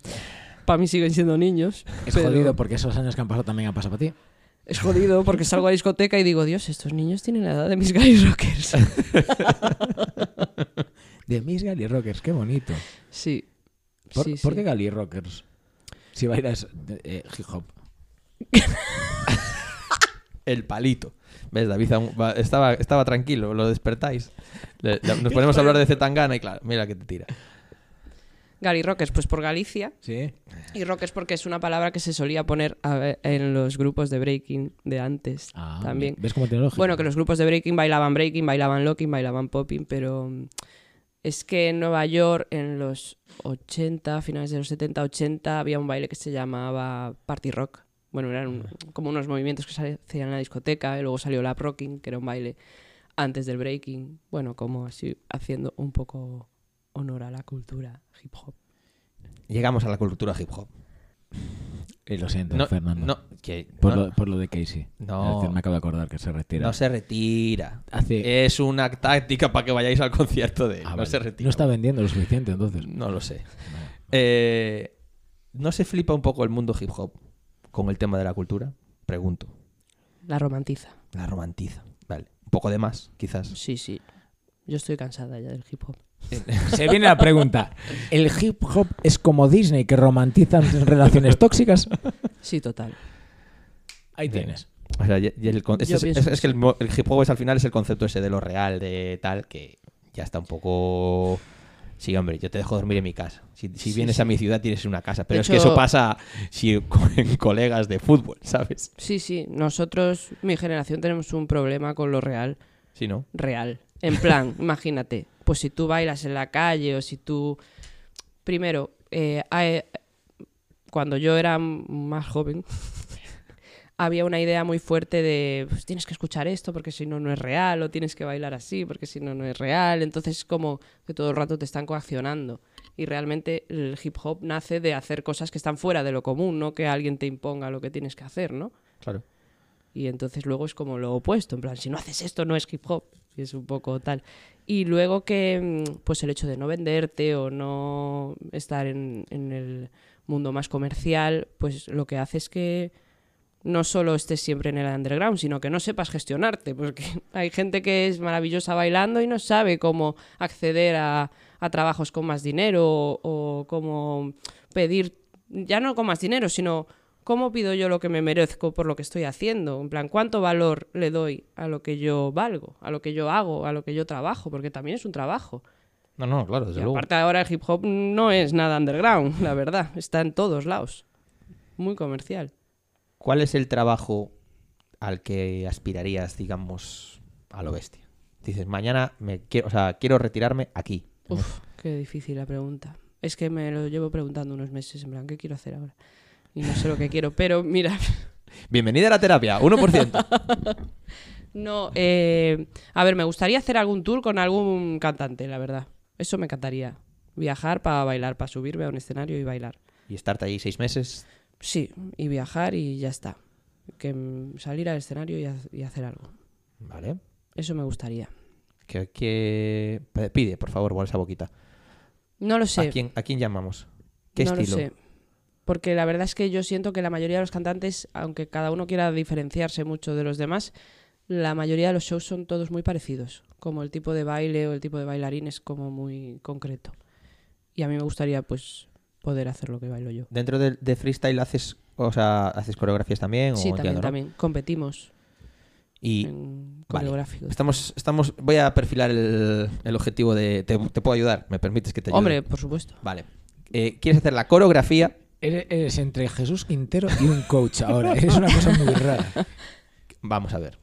C: Para mí siguen siendo niños.
B: Es
C: pero-
B: jodido porque esos años que han pasado también han pasado para ti.
C: Es jodido porque salgo a la discoteca y digo, Dios, estos niños tienen la edad de mis Gally Rockers.
B: De mis Gally Rockers, qué bonito.
C: Sí.
B: ¿Por,
C: Sí,
B: por
C: sí.
B: qué Gally Rockers? Si bailas eh, hip hop.
A: El palito. ¿Ves? David aún va- estaba, estaba tranquilo, lo despertáis. Le- le- nos ponemos a hablar de Zetangana y claro, mira que te tira.
C: Gally Rockers, pues por Galicia.
B: Sí.
C: Y rockers porque es una palabra que se solía poner a ver, en los grupos de breaking de antes
B: Ah,
C: también.
B: ¿Ves cómo tiene lógica?
C: Bueno, que los grupos de breaking bailaban breaking, bailaban locking, bailaban popping, pero mm, es que en Nueva York en los 80, finales de los 70, 80, había un baile que se llamaba party rock. Bueno, eran un- como unos movimientos que se hacían en la discoteca y luego salió la rocking, que era un baile antes del breaking. Bueno, como así haciendo un poco honor a la cultura hip hop.
A: Llegamos a la cultura hip hop.
B: Eh, lo siento,
A: No,
B: Fernando.
A: no, que-
B: por,
A: no-
B: Lo, por lo de Casey.
A: No.
B: Es decir, me acabo de acordar que se retira.
A: no se retira.
B: Hace-
A: Es una táctica para que vayáis al concierto de él.
B: Ah,
A: no
B: vale.
A: se retira.
B: No está vendiendo lo suficiente, entonces.
A: No lo sé. Eh, ¿No se flipa un poco el mundo hip hop con el tema de la cultura? Pregunto.
C: La romantiza.
A: La romantiza. Vale. Un poco de más, quizás.
C: Sí, sí. Yo estoy cansada ya del hip hop.
B: Se viene la pregunta. ¿El hip hop es como Disney que romantizan relaciones tóxicas?
C: Sí, total.
B: Ahí
A: Bien.
B: tienes.
A: O sea, y- y el con- es,
C: Yo
A: es-
C: pienso
A: es-
C: que
A: es que el, mo- el hip hop es al final es el concepto ese de lo real, de tal, que ya está un poco. Sí, hombre, yo te dejo dormir en mi casa. Si, si
C: Sí,
A: vienes
C: sí.
A: a mi ciudad tienes una casa. Pero es que
C: hecho-
A: eso pasa si, con colegas de fútbol, ¿sabes?
C: Sí, sí. Nosotros, mi generación, tenemos un problema con lo real.
A: Si no.
C: Real. En plan, imagínate. Pues si tú bailas en la calle o si tú... Primero, eh, hay- cuando yo era m- más joven, había una idea muy fuerte de pues, tienes que escuchar esto porque si no, no es real, o tienes que bailar así porque si no, no es real. Entonces, como que todo el rato te están coaccionando. Y realmente el hip hop nace de hacer cosas que están fuera de lo común, no que alguien te imponga lo que tienes que hacer, ¿no?
A: Claro.
C: Y entonces luego es como lo opuesto, en plan, si no haces esto no es hip hop, y es un poco tal. Y luego que mm, pues el hecho de no venderte o no estar en, en el mundo más comercial, pues lo que hace es que no solo estés siempre en el underground, sino que no sepas gestionarte, porque hay gente que es maravillosa bailando y no sabe cómo acceder a, a trabajos con más dinero o, o cómo pedir, ya no con más dinero, sino cómo pido yo lo que me merezco por lo que estoy haciendo, en plan, cuánto valor le doy a lo que yo valgo, a lo que yo hago, a lo que yo trabajo, porque también es un trabajo.
A: No, no, claro,
C: Y
A: desde luego.
C: aparte ahora el hip hop no es nada underground, la verdad, está en todos lados, muy comercial.
A: ¿Cuál es el trabajo al que aspirarías, digamos, a lo bestia? Dices, mañana me quiero, o sea, quiero retirarme aquí.
C: Uf, qué difícil la pregunta. Es que me lo llevo preguntando unos meses, en plan, ¿qué quiero hacer ahora? Y no sé lo que quiero, pero mira,
A: Bienvenida a la terapia, 1%.
C: no, eh, a ver, me gustaría hacer algún tour con algún cantante, la verdad. Eso me encantaría. Viajar para bailar, para subirme a un escenario y bailar.
A: y estarte ahí seis meses.
C: Sí, y viajar y ya está. Que mm, salir al escenario y, ha- y hacer algo.
A: Vale.
C: Eso me gustaría.
A: Que, que- p- Pide, por favor, con esa boquita.
C: No lo sé.
A: ¿A, quién, ¿A quién llamamos? ¿Qué
C: no
A: estilo?
C: lo sé. Porque la verdad es que yo siento que la mayoría de los cantantes, aunque cada uno quiera diferenciarse mucho de los demás, la mayoría de los shows son todos muy parecidos. Como el tipo de baile o el tipo de bailarín es como muy concreto. Y a mí me gustaría, pues, poder hacer lo que bailo yo.
A: ¿Dentro de, de freestyle haces, o sea, haces coreografías también?
C: Sí,
A: o
C: también,
A: entiendo, ¿no?
C: también. Competimos
A: Y
C: en
A: vale.
C: coreográficos.
A: estamos, estamos, voy a perfilar el, el objetivo de... Te, te puedo ayudar? ¿Me permites que te ayude?
C: Hombre, por supuesto.
A: Vale. Eh, ¿Quieres hacer la coreografía?
B: Eres, eres entre Jesús Quintero y un coach ahora. Es una cosa muy rara.
A: Vamos a ver.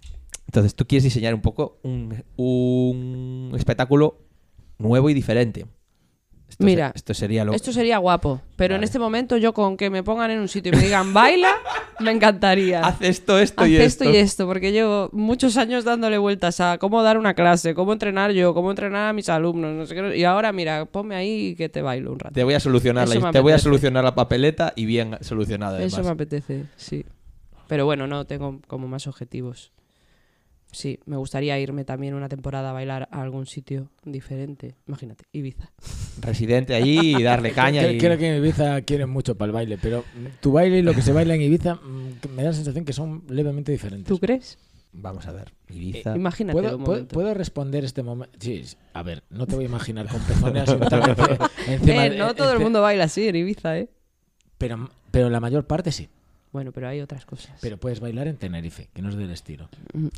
A: Entonces, tú quieres diseñar un poco un, un espectáculo nuevo y diferente. Esto
C: Mira,
A: se- esto sería lo
C: Esto sería guapo, pero en este momento yo con que me pongan en un sitio y me digan baila, me encantaría.
A: Haz esto, esto y
C: Haz
A: esto.
C: y esto, porque llevo muchos años dándole vueltas a cómo dar una clase, cómo entrenar yo, cómo entrenar a mis alumnos, no sé qué. Y ahora, mira, ponme ahí y que te bailo un rato.
A: Te voy a solucionar
C: Eso
A: la,
C: me
A: te voy a
C: apetece.
A: solucionar la papeleta y bien solucionada además.
C: Eso me apetece, sí. Pero bueno, no, tengo como más objetivos. Sí, me gustaría irme también una temporada a bailar a algún sitio diferente. Imagínate, Ibiza.
A: Residente allí y darle caña
B: Creo,
A: y
B: creo que en Ibiza quieren mucho para el baile, pero tu baile y lo que se baila en Ibiza mm, que me da la sensación que son levemente diferentes.
C: ¿Tú crees?
A: vamos a ver. Ibiza.
C: Imagínate
B: ¿Puedo,
C: un
B: puedo-
C: momento.
B: puedo responder este momento? Sí, sí. a ver, no te voy a imaginar con pezoneras y tal, ence- encima
C: Eh,
B: de-
C: no todo el
B: ence-
C: mundo baila así en Ibiza, ¿eh?
B: Pero, pero la mayor parte sí.
C: Bueno, pero hay otras cosas.
B: Pero puedes bailar en Tenerife, que no es del estilo.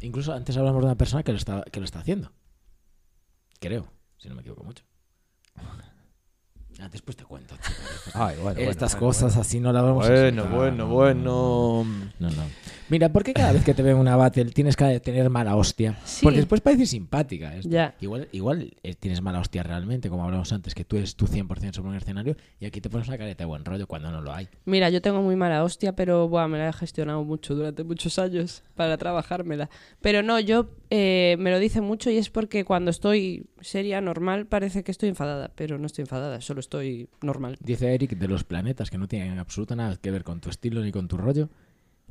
B: Incluso antes hablamos de una persona que lo está, que lo está haciendo. Creo, si no me equivoco mucho. Ah, después te cuento. chico, después te-
A: Ay, bueno, bueno,
B: Estas
A: bueno,
B: cosas así no las vamos a
A: Bueno,
B: soltar,
A: bueno,
B: no,
A: bueno.
B: No, no. Mira, ¿por qué cada vez que te veo en una battle tienes que tener mala hostia?
C: Sí.
B: Porque después parece simpática. esto.
C: Ya.
B: Igual, igual eh, tienes mala hostia realmente, como hablamos antes, que tú eres tú 100% sobre un escenario y aquí te pones una careta de buen rollo cuando no lo hay.
C: Mira, yo tengo muy mala hostia, pero buah, me la he gestionado mucho durante muchos años para trabajármela. Pero no, yo eh, me lo dice mucho y es porque cuando estoy seria, normal, parece que estoy enfadada, pero no estoy enfadada, solo estoy normal.
B: Dice Eric de los planetas que no tienen absoluta nada que ver con tu estilo ni con tu rollo,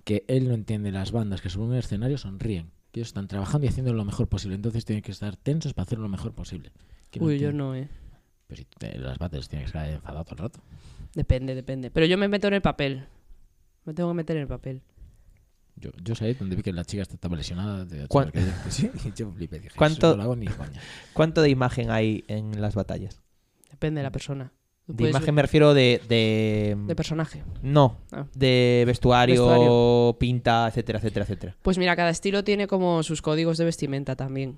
B: que él no entiende las bandas que sobre un escenario sonríen, que ellos están trabajando y haciendo lo mejor posible, entonces tienen que estar tensos para hacer lo mejor posible. Que
C: Uy, yo
B: entiende.
C: no, eh.
B: Pero si te- las battles tienes que estar enfadado todo el rato.
C: Depende, depende. Pero yo me meto en el papel. Me tengo que meter en el papel.
B: Yo, yo sé, donde vi que la chica estaba lesionada. De
A: ¿Cuán-
B: que sí, y yo flipé, dije,
A: ¿Cuánto-
B: "Eso no lo hago ni de coña".
A: ¿Cuánto de imagen hay en las batallas?
C: Depende de la persona. Tú
A: De
C: puedes-
A: imagen me refiero de de,
C: de personaje.
A: no,
C: Ah.
A: de vestuario,
C: Vestuario.
A: pinta, etcétera, etcétera, etcétera.
C: Pues mira, cada estilo tiene como sus códigos de vestimenta también.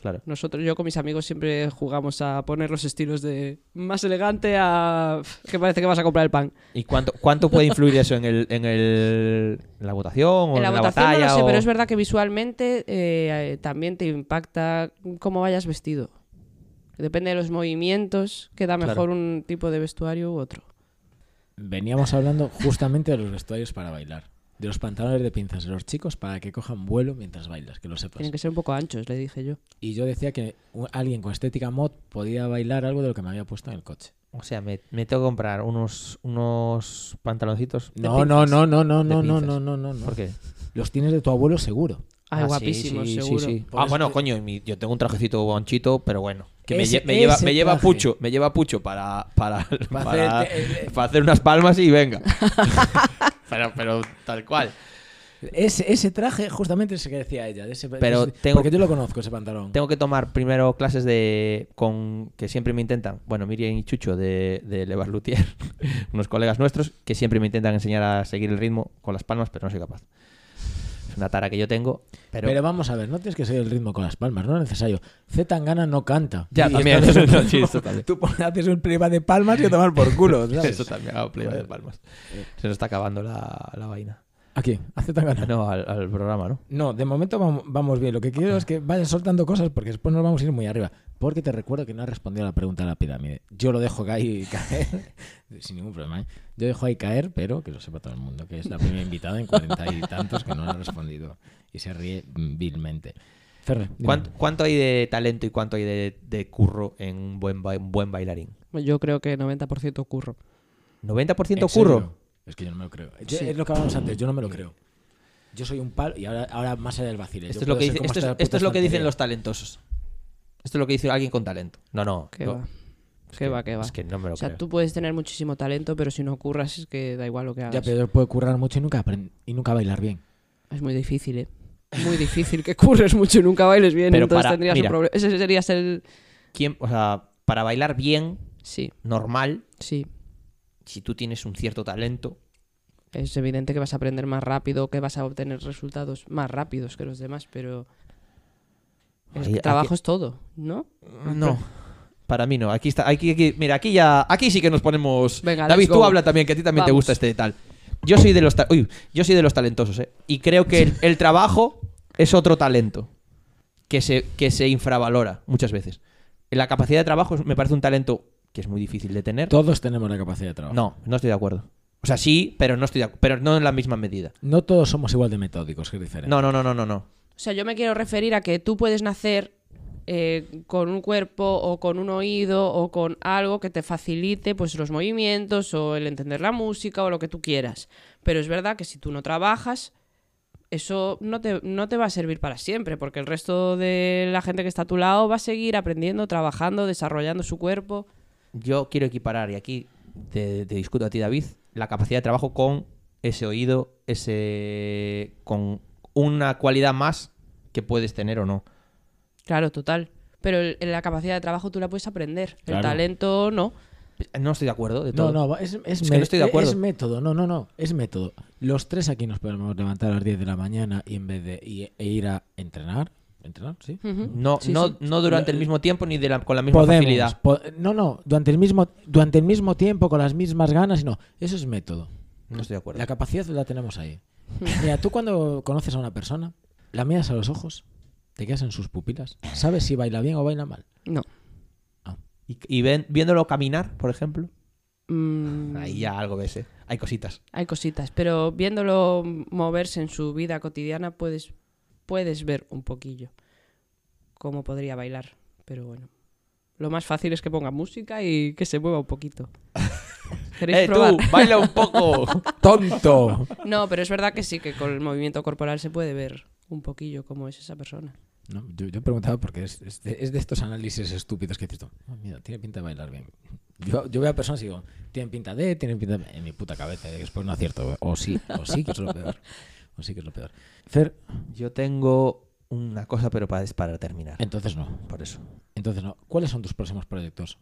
A: Claro.
C: Nosotros, yo con mis amigos siempre jugamos a poner los estilos de más elegante a que parece que vas a comprar el pan.
A: ¿Y cuánto cuánto puede influir eso en el en el en la votación o en
C: en
A: la,
C: la votación
A: batalla
C: no lo sé,
A: o-
C: pero es verdad que visualmente eh, eh, también te impacta cómo vayas vestido. Depende de los movimientos, queda
A: Claro. Pues
C: mejor un tipo de vestuario u otro.
B: Veníamos hablando justamente de los vestuarios para bailar. De los pantalones de pinzas de los chicos para que cojan vuelo mientras bailas, que lo sepas.
C: Tienen que ser un poco anchos, le dije yo.
B: Y yo decía que u- alguien con estética mod podía bailar algo de lo que me había puesto en el coche.
A: O sea, me, me tengo que comprar unos unos pantaloncitos. de
B: No, no,
A: pinzas.
B: no, no, no, no,
A: De
B: no,
A: pinzas.
B: no, no, no, no.
A: ¿Por qué?
B: Los tienes de tu abuelo seguro.
C: Ay,
A: Ah, sí,
C: guapísimos,
A: sí, sí,
C: seguro.
A: sí.
B: Por
A: Ah,
B: eso
A: bueno,
B: te-
A: coño, mi- yo tengo un trajecito bonchito, pero bueno. Que me,
B: Ese-
A: lle- me lleva,
B: ese
A: me lleva
B: traje.
A: Pucho, me lleva Pucho para, para, para, para
B: hacer el-
A: hacer, unas palmas y venga. pero, pero tal cual.
B: Ese, ese traje, justamente ese que decía ella. de ese-
A: Pero
B: ese-
A: tengo-
B: Porque yo lo conozco, ese pantalón.
A: Tengo que tomar primero clases de con que siempre me intentan, bueno, Miriam y Chucho de, de Levas Luthier, unos colegas nuestros, que siempre me intentan enseñar a seguir el ritmo con las palmas, pero no soy capaz. Es una tara que yo tengo, pero,
B: Pero... vamos a ver, no tienes que seguir el ritmo con las palmas, no es necesario. Z Tangana no canta.
A: Ya,
B: Y
A: también,
B: esto no es un
A: sí,
B: ritmo.
A: eso también.
B: Tú pon- haces un priva de palmas y a tomar por culo, ¿sabes?
A: eso también hago playback de palmas. Se nos está acabando la, la vaina.
B: Aquí, a Z Tangana.
A: No, al- al programa, ¿no?
B: No, de momento vam- vamos bien. Lo que quiero es que vayan soltando cosas porque después nos vamos a ir muy arriba. Porque te recuerdo que no has respondido a la pregunta de la pirámide. Yo lo dejo ahí caer sin ningún problema. ¿eh? Yo dejo ahí caer, pero que lo sepa todo el mundo, que es la primera invitada en cuarenta y tantos que no la ha respondido y se ríe vilmente. Ferre, dime.
A: ¿Cuánto, cuánto hay de talento y cuánto hay de, de curro en un buen, ba- un buen bailarín?
C: Yo creo que 90% curro.
B: ¿En
A: ¿90%
B: serio?
A: curro?
B: Es que yo no me lo creo. Yo- Es lo que hablábamos antes, yo no me lo creo. Yo soy un palo y ahora, ahora más allá del vacile.
A: Esto
B: Yo
A: es lo
B: puedo
A: que,
B: ser
A: dice-
B: como
A: esto es-
B: esta puta
A: esto es lo que dicen
B: estantería.
A: los talentosos. Esto es lo que dice alguien con talento. No, no.
C: Que
A: no.
C: va.
A: Es
C: Que va, que va.
A: Es que no me lo
C: O sea,
A: creo.
C: tú puedes tener muchísimo talento, pero si no curras es que da igual lo que hagas.
B: Ya, pero yo puedo currar mucho y nunca, aprend- y nunca bailar bien.
C: Es muy difícil, ¿eh? Muy difícil que curres mucho y nunca bailes bien.
A: Pero
C: entonces
A: para-
C: tendrías
A: mira.
C: un problema. Ese serías el...
A: ¿Quién- o sea, para bailar bien,
C: Sí,
A: normal,
C: sí.
A: si tú tienes un cierto talento,
C: Es evidente que vas a aprender más rápido, que vas a obtener resultados más rápidos que los demás, pero... El
A: Ahí-
C: trabajo
A: aquí-
C: es todo, ¿no?
A: no. Para mí no. Aquí está. Aquí, aquí- mira, aquí ya. Aquí sí que nos ponemos.
C: Venga,
A: David,
C: let's
A: tú
C: go.
A: habla también, que a ti también te
C: Vamos.
A: gusta este tal. Yo soy de los ta- uy, yo soy de los talentosos, ¿eh? Y creo que el, el trabajo es otro talento que se, que se infravalora muchas veces. La capacidad de trabajo es- me parece un talento que es muy difícil de tener.
B: Todos tenemos la capacidad de trabajo.
A: No, no estoy de acuerdo. O sea, sí, pero no estoy de acu- pero no en la misma medida.
B: No todos somos igual de metódicos, que es diferente.
A: No, no, no, no, no, no.
C: O sea, yo me quiero referir a que tú puedes nacer eh, con un cuerpo o con un oído o con algo que te facilite pues los movimientos o el entender la música o lo que tú quieras. Pero es verdad que si tú no trabajas, eso no te, no te va a servir para siempre, porque el resto de la gente que está a tu lado va a seguir aprendiendo, trabajando, desarrollando su cuerpo.
A: Yo quiero equiparar, y aquí te, te discuto a ti, David, la capacidad de trabajo con ese oído, ese con una cualidad más que puedes tener o no.
C: Claro, total. Pero el- la capacidad de trabajo tú la puedes aprender.
B: Claro.
C: El talento no.
A: No estoy de acuerdo de todo.
B: No, no, es, es,
A: Es que no estoy de
B: es-
A: acuerdo.
B: es método, no, no, no, es método. Los tres aquí nos podemos levantar a las 10 de la mañana y en vez de y- e ir a entrenar, entrenar, sí.
C: Ujú.
A: No,
C: Sí,
A: no,
C: sí.
A: no durante el mismo tiempo ni de la- con la misma facilidad.
B: po- no, no, durante el mismo durante el mismo tiempo con las mismas ganas y no, eso es método.
A: No estoy de acuerdo.
B: La capacidad la tenemos ahí. Mira, tú cuando conoces a una persona, la miras a los ojos, te quedas en sus pupilas, sabes si baila bien o baila mal.
C: No.
A: Y, y ven- viéndolo caminar, por ejemplo.
C: Mm.
A: Ahí ya algo ves, ¿eh? Hay cositas.
C: Hay cositas, pero viéndolo moverse en su vida cotidiana puedes, puedes ver un poquillo cómo podría bailar, pero bueno. Lo más fácil es que ponga música y que se mueva un poquito. ¿Queréis
A: ¡Eh,
C: probar?
A: tú! ¡Baila un poco!
B: Tonto.
C: No, pero es verdad que sí, que con el movimiento corporal se puede ver un poquillo cómo es esa persona.
B: No, yo, yo preguntaba porque es, es de, es de estos análisis estúpidos que dices tú, "Ah, mira, tiene pinta de bailar bien. Yo, yo veo a personas y digo, tienen pinta de, tienen pinta de... En mi puta cabeza, y después no acierto. O sí, o sí que es lo peor. O sí que es lo peor. Fer,
A: Yo tengo una cosa, pero para, para terminar.
C: Eh.
B: entonces no.
A: Por eso.
B: Entonces no. ¿Cuáles son tus próximos proyectos?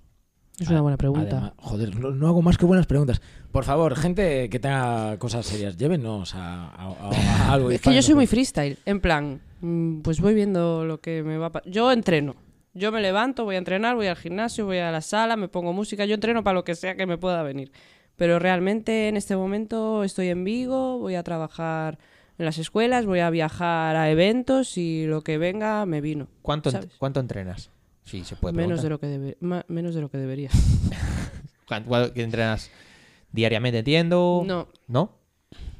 C: Es una
A: Ah,
B: Ad-
C: buena pregunta.
B: además- joder, no, no hago más que buenas preguntas. Por favor, gente que tenga cosas serias, llévenos a, a- a- a algo.
C: Es que yo soy muy
B: frío.
C: freestyle, en plan, mm, pues voy viendo lo que me va a... pa- Yo entreno. Yo me levanto, voy a entrenar, voy al gimnasio, voy a la sala, me pongo música, yo entreno para lo que sea que me pueda venir. Pero realmente en este momento estoy en Vigo, voy a trabajar en las escuelas, voy a viajar a eventos y lo que venga me vino.
A: ¿Cuánto, ent-
C: ¿Sabes?
A: ¿cuánto entrenas? Sí, se puede
C: Menos de,
A: preguntar.
C: lo que debe- ma- menos de lo que debería.
A: ¿Cuán- cuál- que entrenas diariamente, entiendo?
C: No,
A: ¿No?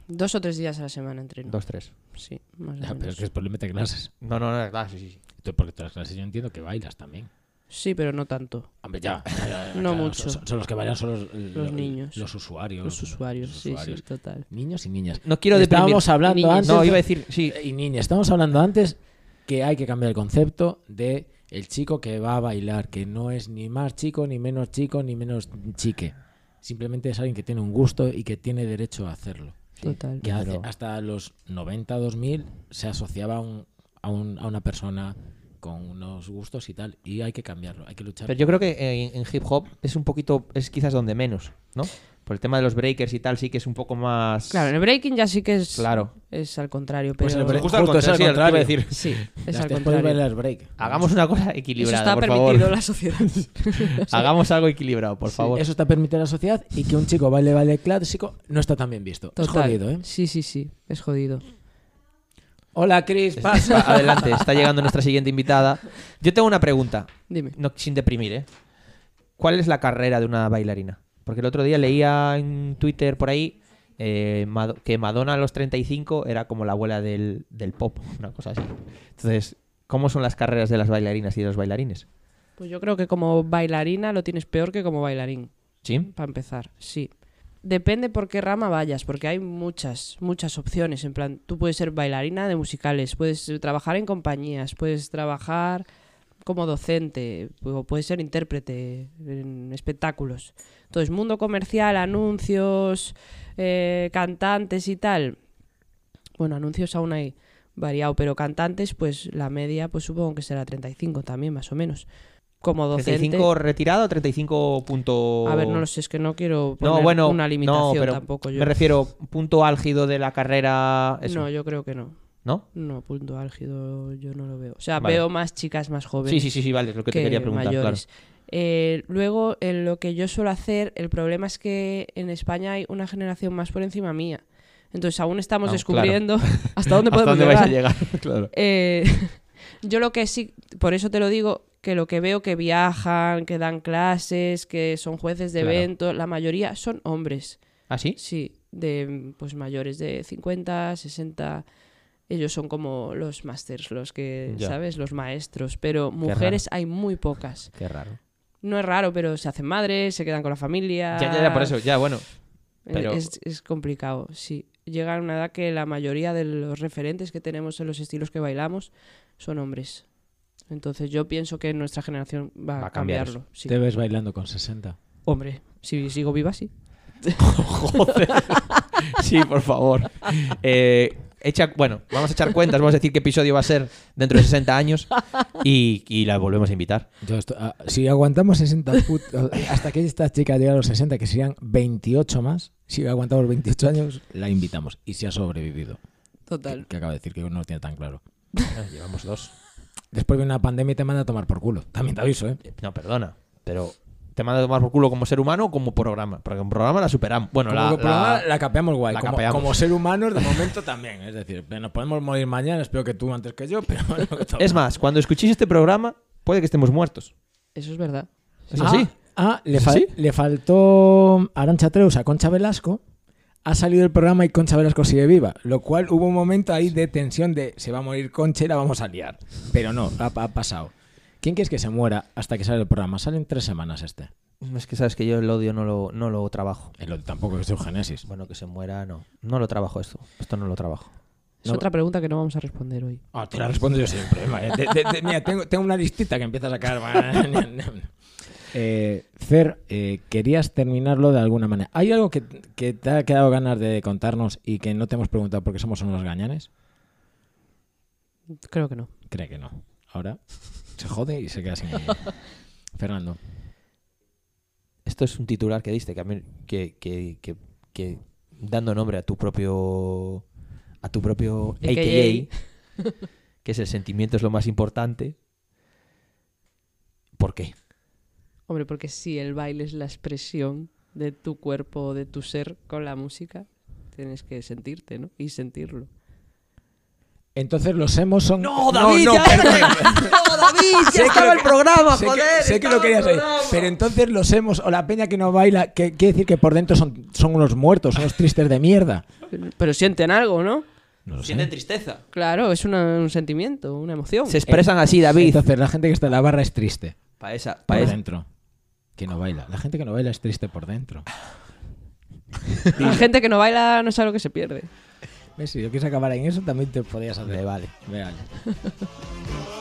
C: dos o tres días a la semana entreno.
A: Dos, tres.
C: Sí, más o
B: Pero
C: menos.
B: es que es problema de clases.
A: No, no, no, claro, sí, sí. sí.
B: Tú, Porque tras clases yo entiendo que bailas también.
C: Sí, pero no tanto.
B: Hombre, ya. ya, ya, ya,
C: No
B: claro,
C: mucho.
B: Son, son los que bailan son los, lo-
C: niños.
B: Los usuarios.
C: Los usuarios,
B: los
C: sí, sí,
B: usuarios.
C: total.
B: Niños y niñas.
A: No quiero deprimir.
B: Estábamos hablando
C: Niños.
B: antes.
A: No, iba a decir, sí.
C: Eh,
B: Y niñas, estábamos hablando antes que hay que cambiar el concepto de el chico que va a bailar, que no es ni más chico, ni menos chico, ni menos chique. Simplemente es alguien que tiene un gusto y que tiene derecho a hacerlo.
C: Total.
B: Que hace-
A: Pero-
B: hasta los 90, 2000 se asociaba a, un- a un- a una persona con unos gustos y tal. Y hay que cambiarlo, hay que luchar.
A: Pero yo creo que en, en hip hop es un poquito, es quizás donde menos, ¿no? Por el tema de los breakers y tal, sí que es un poco más.
C: Claro, en el breaking ya sí que es,
A: Claro.
C: es al contrario, pero...
B: Pues en el break-
A: Justo al
B: Justo es al
A: contrario, sí, lo que iba a
B: contrario.
A: decir.
C: Sí, es
B: Las
C: al
B: tres puedes
C: contrario.
B: bailar break.
A: Hagamos una cosa
C: Eso
A: equilibrada,
C: está
A: por
C: permitido en
A: favor.
C: la sociedad.
A: Hagamos algo equilibrado, por
B: Sí,
A: favor.
B: Eso está permitido en la sociedad y que un chico baile baile clásico no está tan bien visto.
C: Total.
B: Es jodido, ¿eh?
C: Sí, sí, sí, es jodido.
B: Hola, Chris,
A: Es-
B: pasa.
A: va- Adelante, está llegando nuestra siguiente invitada. Yo tengo una pregunta,
C: Dime.
A: no, sin deprimir, ¿eh? ¿Cuál es la carrera de una bailarina? Porque el otro día leía en Twitter por ahí eh, Mad- que Madonna a los 35 era como la abuela del, del pop, una cosa así. Entonces, ¿cómo son las carreras de las bailarinas y de los bailarines?
C: Pues yo creo que como bailarina lo tienes peor que como bailarín,
A: ¿Sí?
C: para empezar, sí. Depende por qué rama vayas, porque hay muchas, muchas opciones. En plan, tú puedes ser bailarina de musicales, puedes eh, trabajar en compañías, puedes trabajar como docente, o puedes ser intérprete en espectáculos. Entonces, mundo comercial, anuncios, eh, cantantes y tal. Bueno, anuncios aún hay variado, pero cantantes, pues la media, pues supongo que será 35 también, más o menos. Como docente.
A: ¿35 retirado o 35 punto...?
C: A ver, no lo sé, es que no quiero poner
A: No, bueno,
C: una
A: no,
C: limitación
A: pero
C: tampoco. Yo.
A: me refiero, punto álgido de la carrera, eso,
C: No, yo creo que no.
A: ¿no?
C: No, punto álgido yo no lo veo. O sea,
A: Vale.
C: veo más chicas más jóvenes.
A: Sí, sí, sí, sí, vale, es lo que, te quería preguntar,
C: mayores. Eh, luego, en lo que yo suelo hacer, el problema es que en España hay una generación más por encima mía. Entonces aún estamos
A: Ah, claro.
C: descubriendo hasta dónde
A: claro.
C: podemos
A: ¿Hasta dónde
C: llegar.
A: vais a llegar? claro.
C: Eh, Yo lo que sí, por eso te lo digo, que lo que veo que viajan, que dan clases, que son jueces de
A: Claro.
C: eventos, la mayoría son hombres.
A: ¿Ah, sí?
C: Sí, de pues mayores de 50, 60. Ellos son como los masters, los que,
A: Ya.
C: ¿sabes? Los maestros. Pero mujeres hay muy pocas.
A: Qué raro.
C: No es raro, pero se hacen madres, se quedan con la familia. Eh,
A: Ya, ya, ya, por eso, ya, bueno. Pero-
C: Es, es complicado, sí. Llega a una edad que la mayoría de los referentes que tenemos en los estilos que bailamos son hombres. Entonces yo pienso que nuestra generación va,
A: Va a
C: a
A: cambiar
C: cambiarlo. sí.
B: Te ves bailando con 60.
C: Hombre, si sigo viva, sí.
A: Joder. Sí, por favor. Eh, echa, bueno, vamos a echar cuentas, vamos a decir qué episodio va a ser dentro de 60 años y, y la volvemos a invitar.
B: Yo esto- ah, si aguantamos 60 put- hasta que esta chica llegue a los 60, que serían 28 más, si aguantamos 28 años, la invitamos. Y si ha sobrevivido, que,
C: Total.
B: que acaba de decir que no lo tiene tan claro.
A: Ah, llevamos dos.
B: Después viene una pandemia y te manda a tomar por culo. También te aviso, ¿eh?
A: No, perdona, pero ¿te manda a tomar por culo como ser humano o como programa? Porque como programa la superamos. Bueno,
B: Como
A: la,
B: que por
A: la-
B: ahora la capeamos guay.
A: la
B: como,
A: capeamos.
B: como ser humanos, de momento también. Es decir, nos podemos morir mañana, espero que tú antes que yo, pero no que todo-
A: Es más, cuando escuchéis este programa, puede que estemos muertos.
C: Eso es verdad.
A: ¿Es
B: ah,
A: así?
B: ah, le,
A: ¿Es
B: fal-
A: así?
B: le faltó Arancha Treus a Concha Velasco. Ha salido el programa y Concha Velasco sigue viva. Lo cual hubo un momento ahí de tensión de se va a morir Concha y la vamos a liar. Pero no, ha, ha pasado. ¿Quién quieres que se muera hasta que sale el programa? Salen tres semanas este.
A: Es que sabes que yo el odio no lo, no lo trabajo.
B: El otro tampoco es eugenesis.
A: Bueno, que se muera, no. No lo trabajo esto. Esto no lo trabajo.
C: Es otra pregunta que no vamos a responder hoy.
B: Ah, te la respondo yo siempre. vaya. Te- te- te- mira, tengo, tengo una listita que empieza a sacar. Eh, Fer, eh, querías terminarlo de alguna manera. ¿Hay algo que, que te ha quedado ganas de contarnos y que no te hemos preguntado porque somos unos gañanes?
C: Creo que no.
B: Cree que no. Ahora se jode y se queda sin. Fernando.
A: Esto es un titular que diste, que, a mí- que, que- que- que dando nombre a tu propio. a tu propio AKA, que es el sentimiento es lo más importante. ¿Por qué?
C: Hombre, porque si el baile es la expresión de tu cuerpo, de tu ser con la música, tienes que sentirte, ¿no? Y sentirlo.
B: Entonces los hemos son.
A: no, David! ¡Ya estaba el programa,
B: Sé que, sé que lo querías decir. Pero entonces los hemos, o la peña que no baila, que quiere decir que por dentro son, son unos muertos, son unos tristes de mierda.
C: Pero sienten algo, ¿no?
B: No lo sé.
A: tristeza.
C: Claro, es una- un sentimiento, una emoción.
A: Se expresan así, David.
B: Entonces la gente que está en la barra es triste
A: Para esa,
B: por
A: pa' esa-
B: dentro. Que no baila. La gente que no baila es triste por dentro.
C: La gente que no baila no sabe lo que se pierde.
B: ¿Ves? Si yo quise acabar en eso, también te podías hacer.
A: Me vale.
B: Me vale.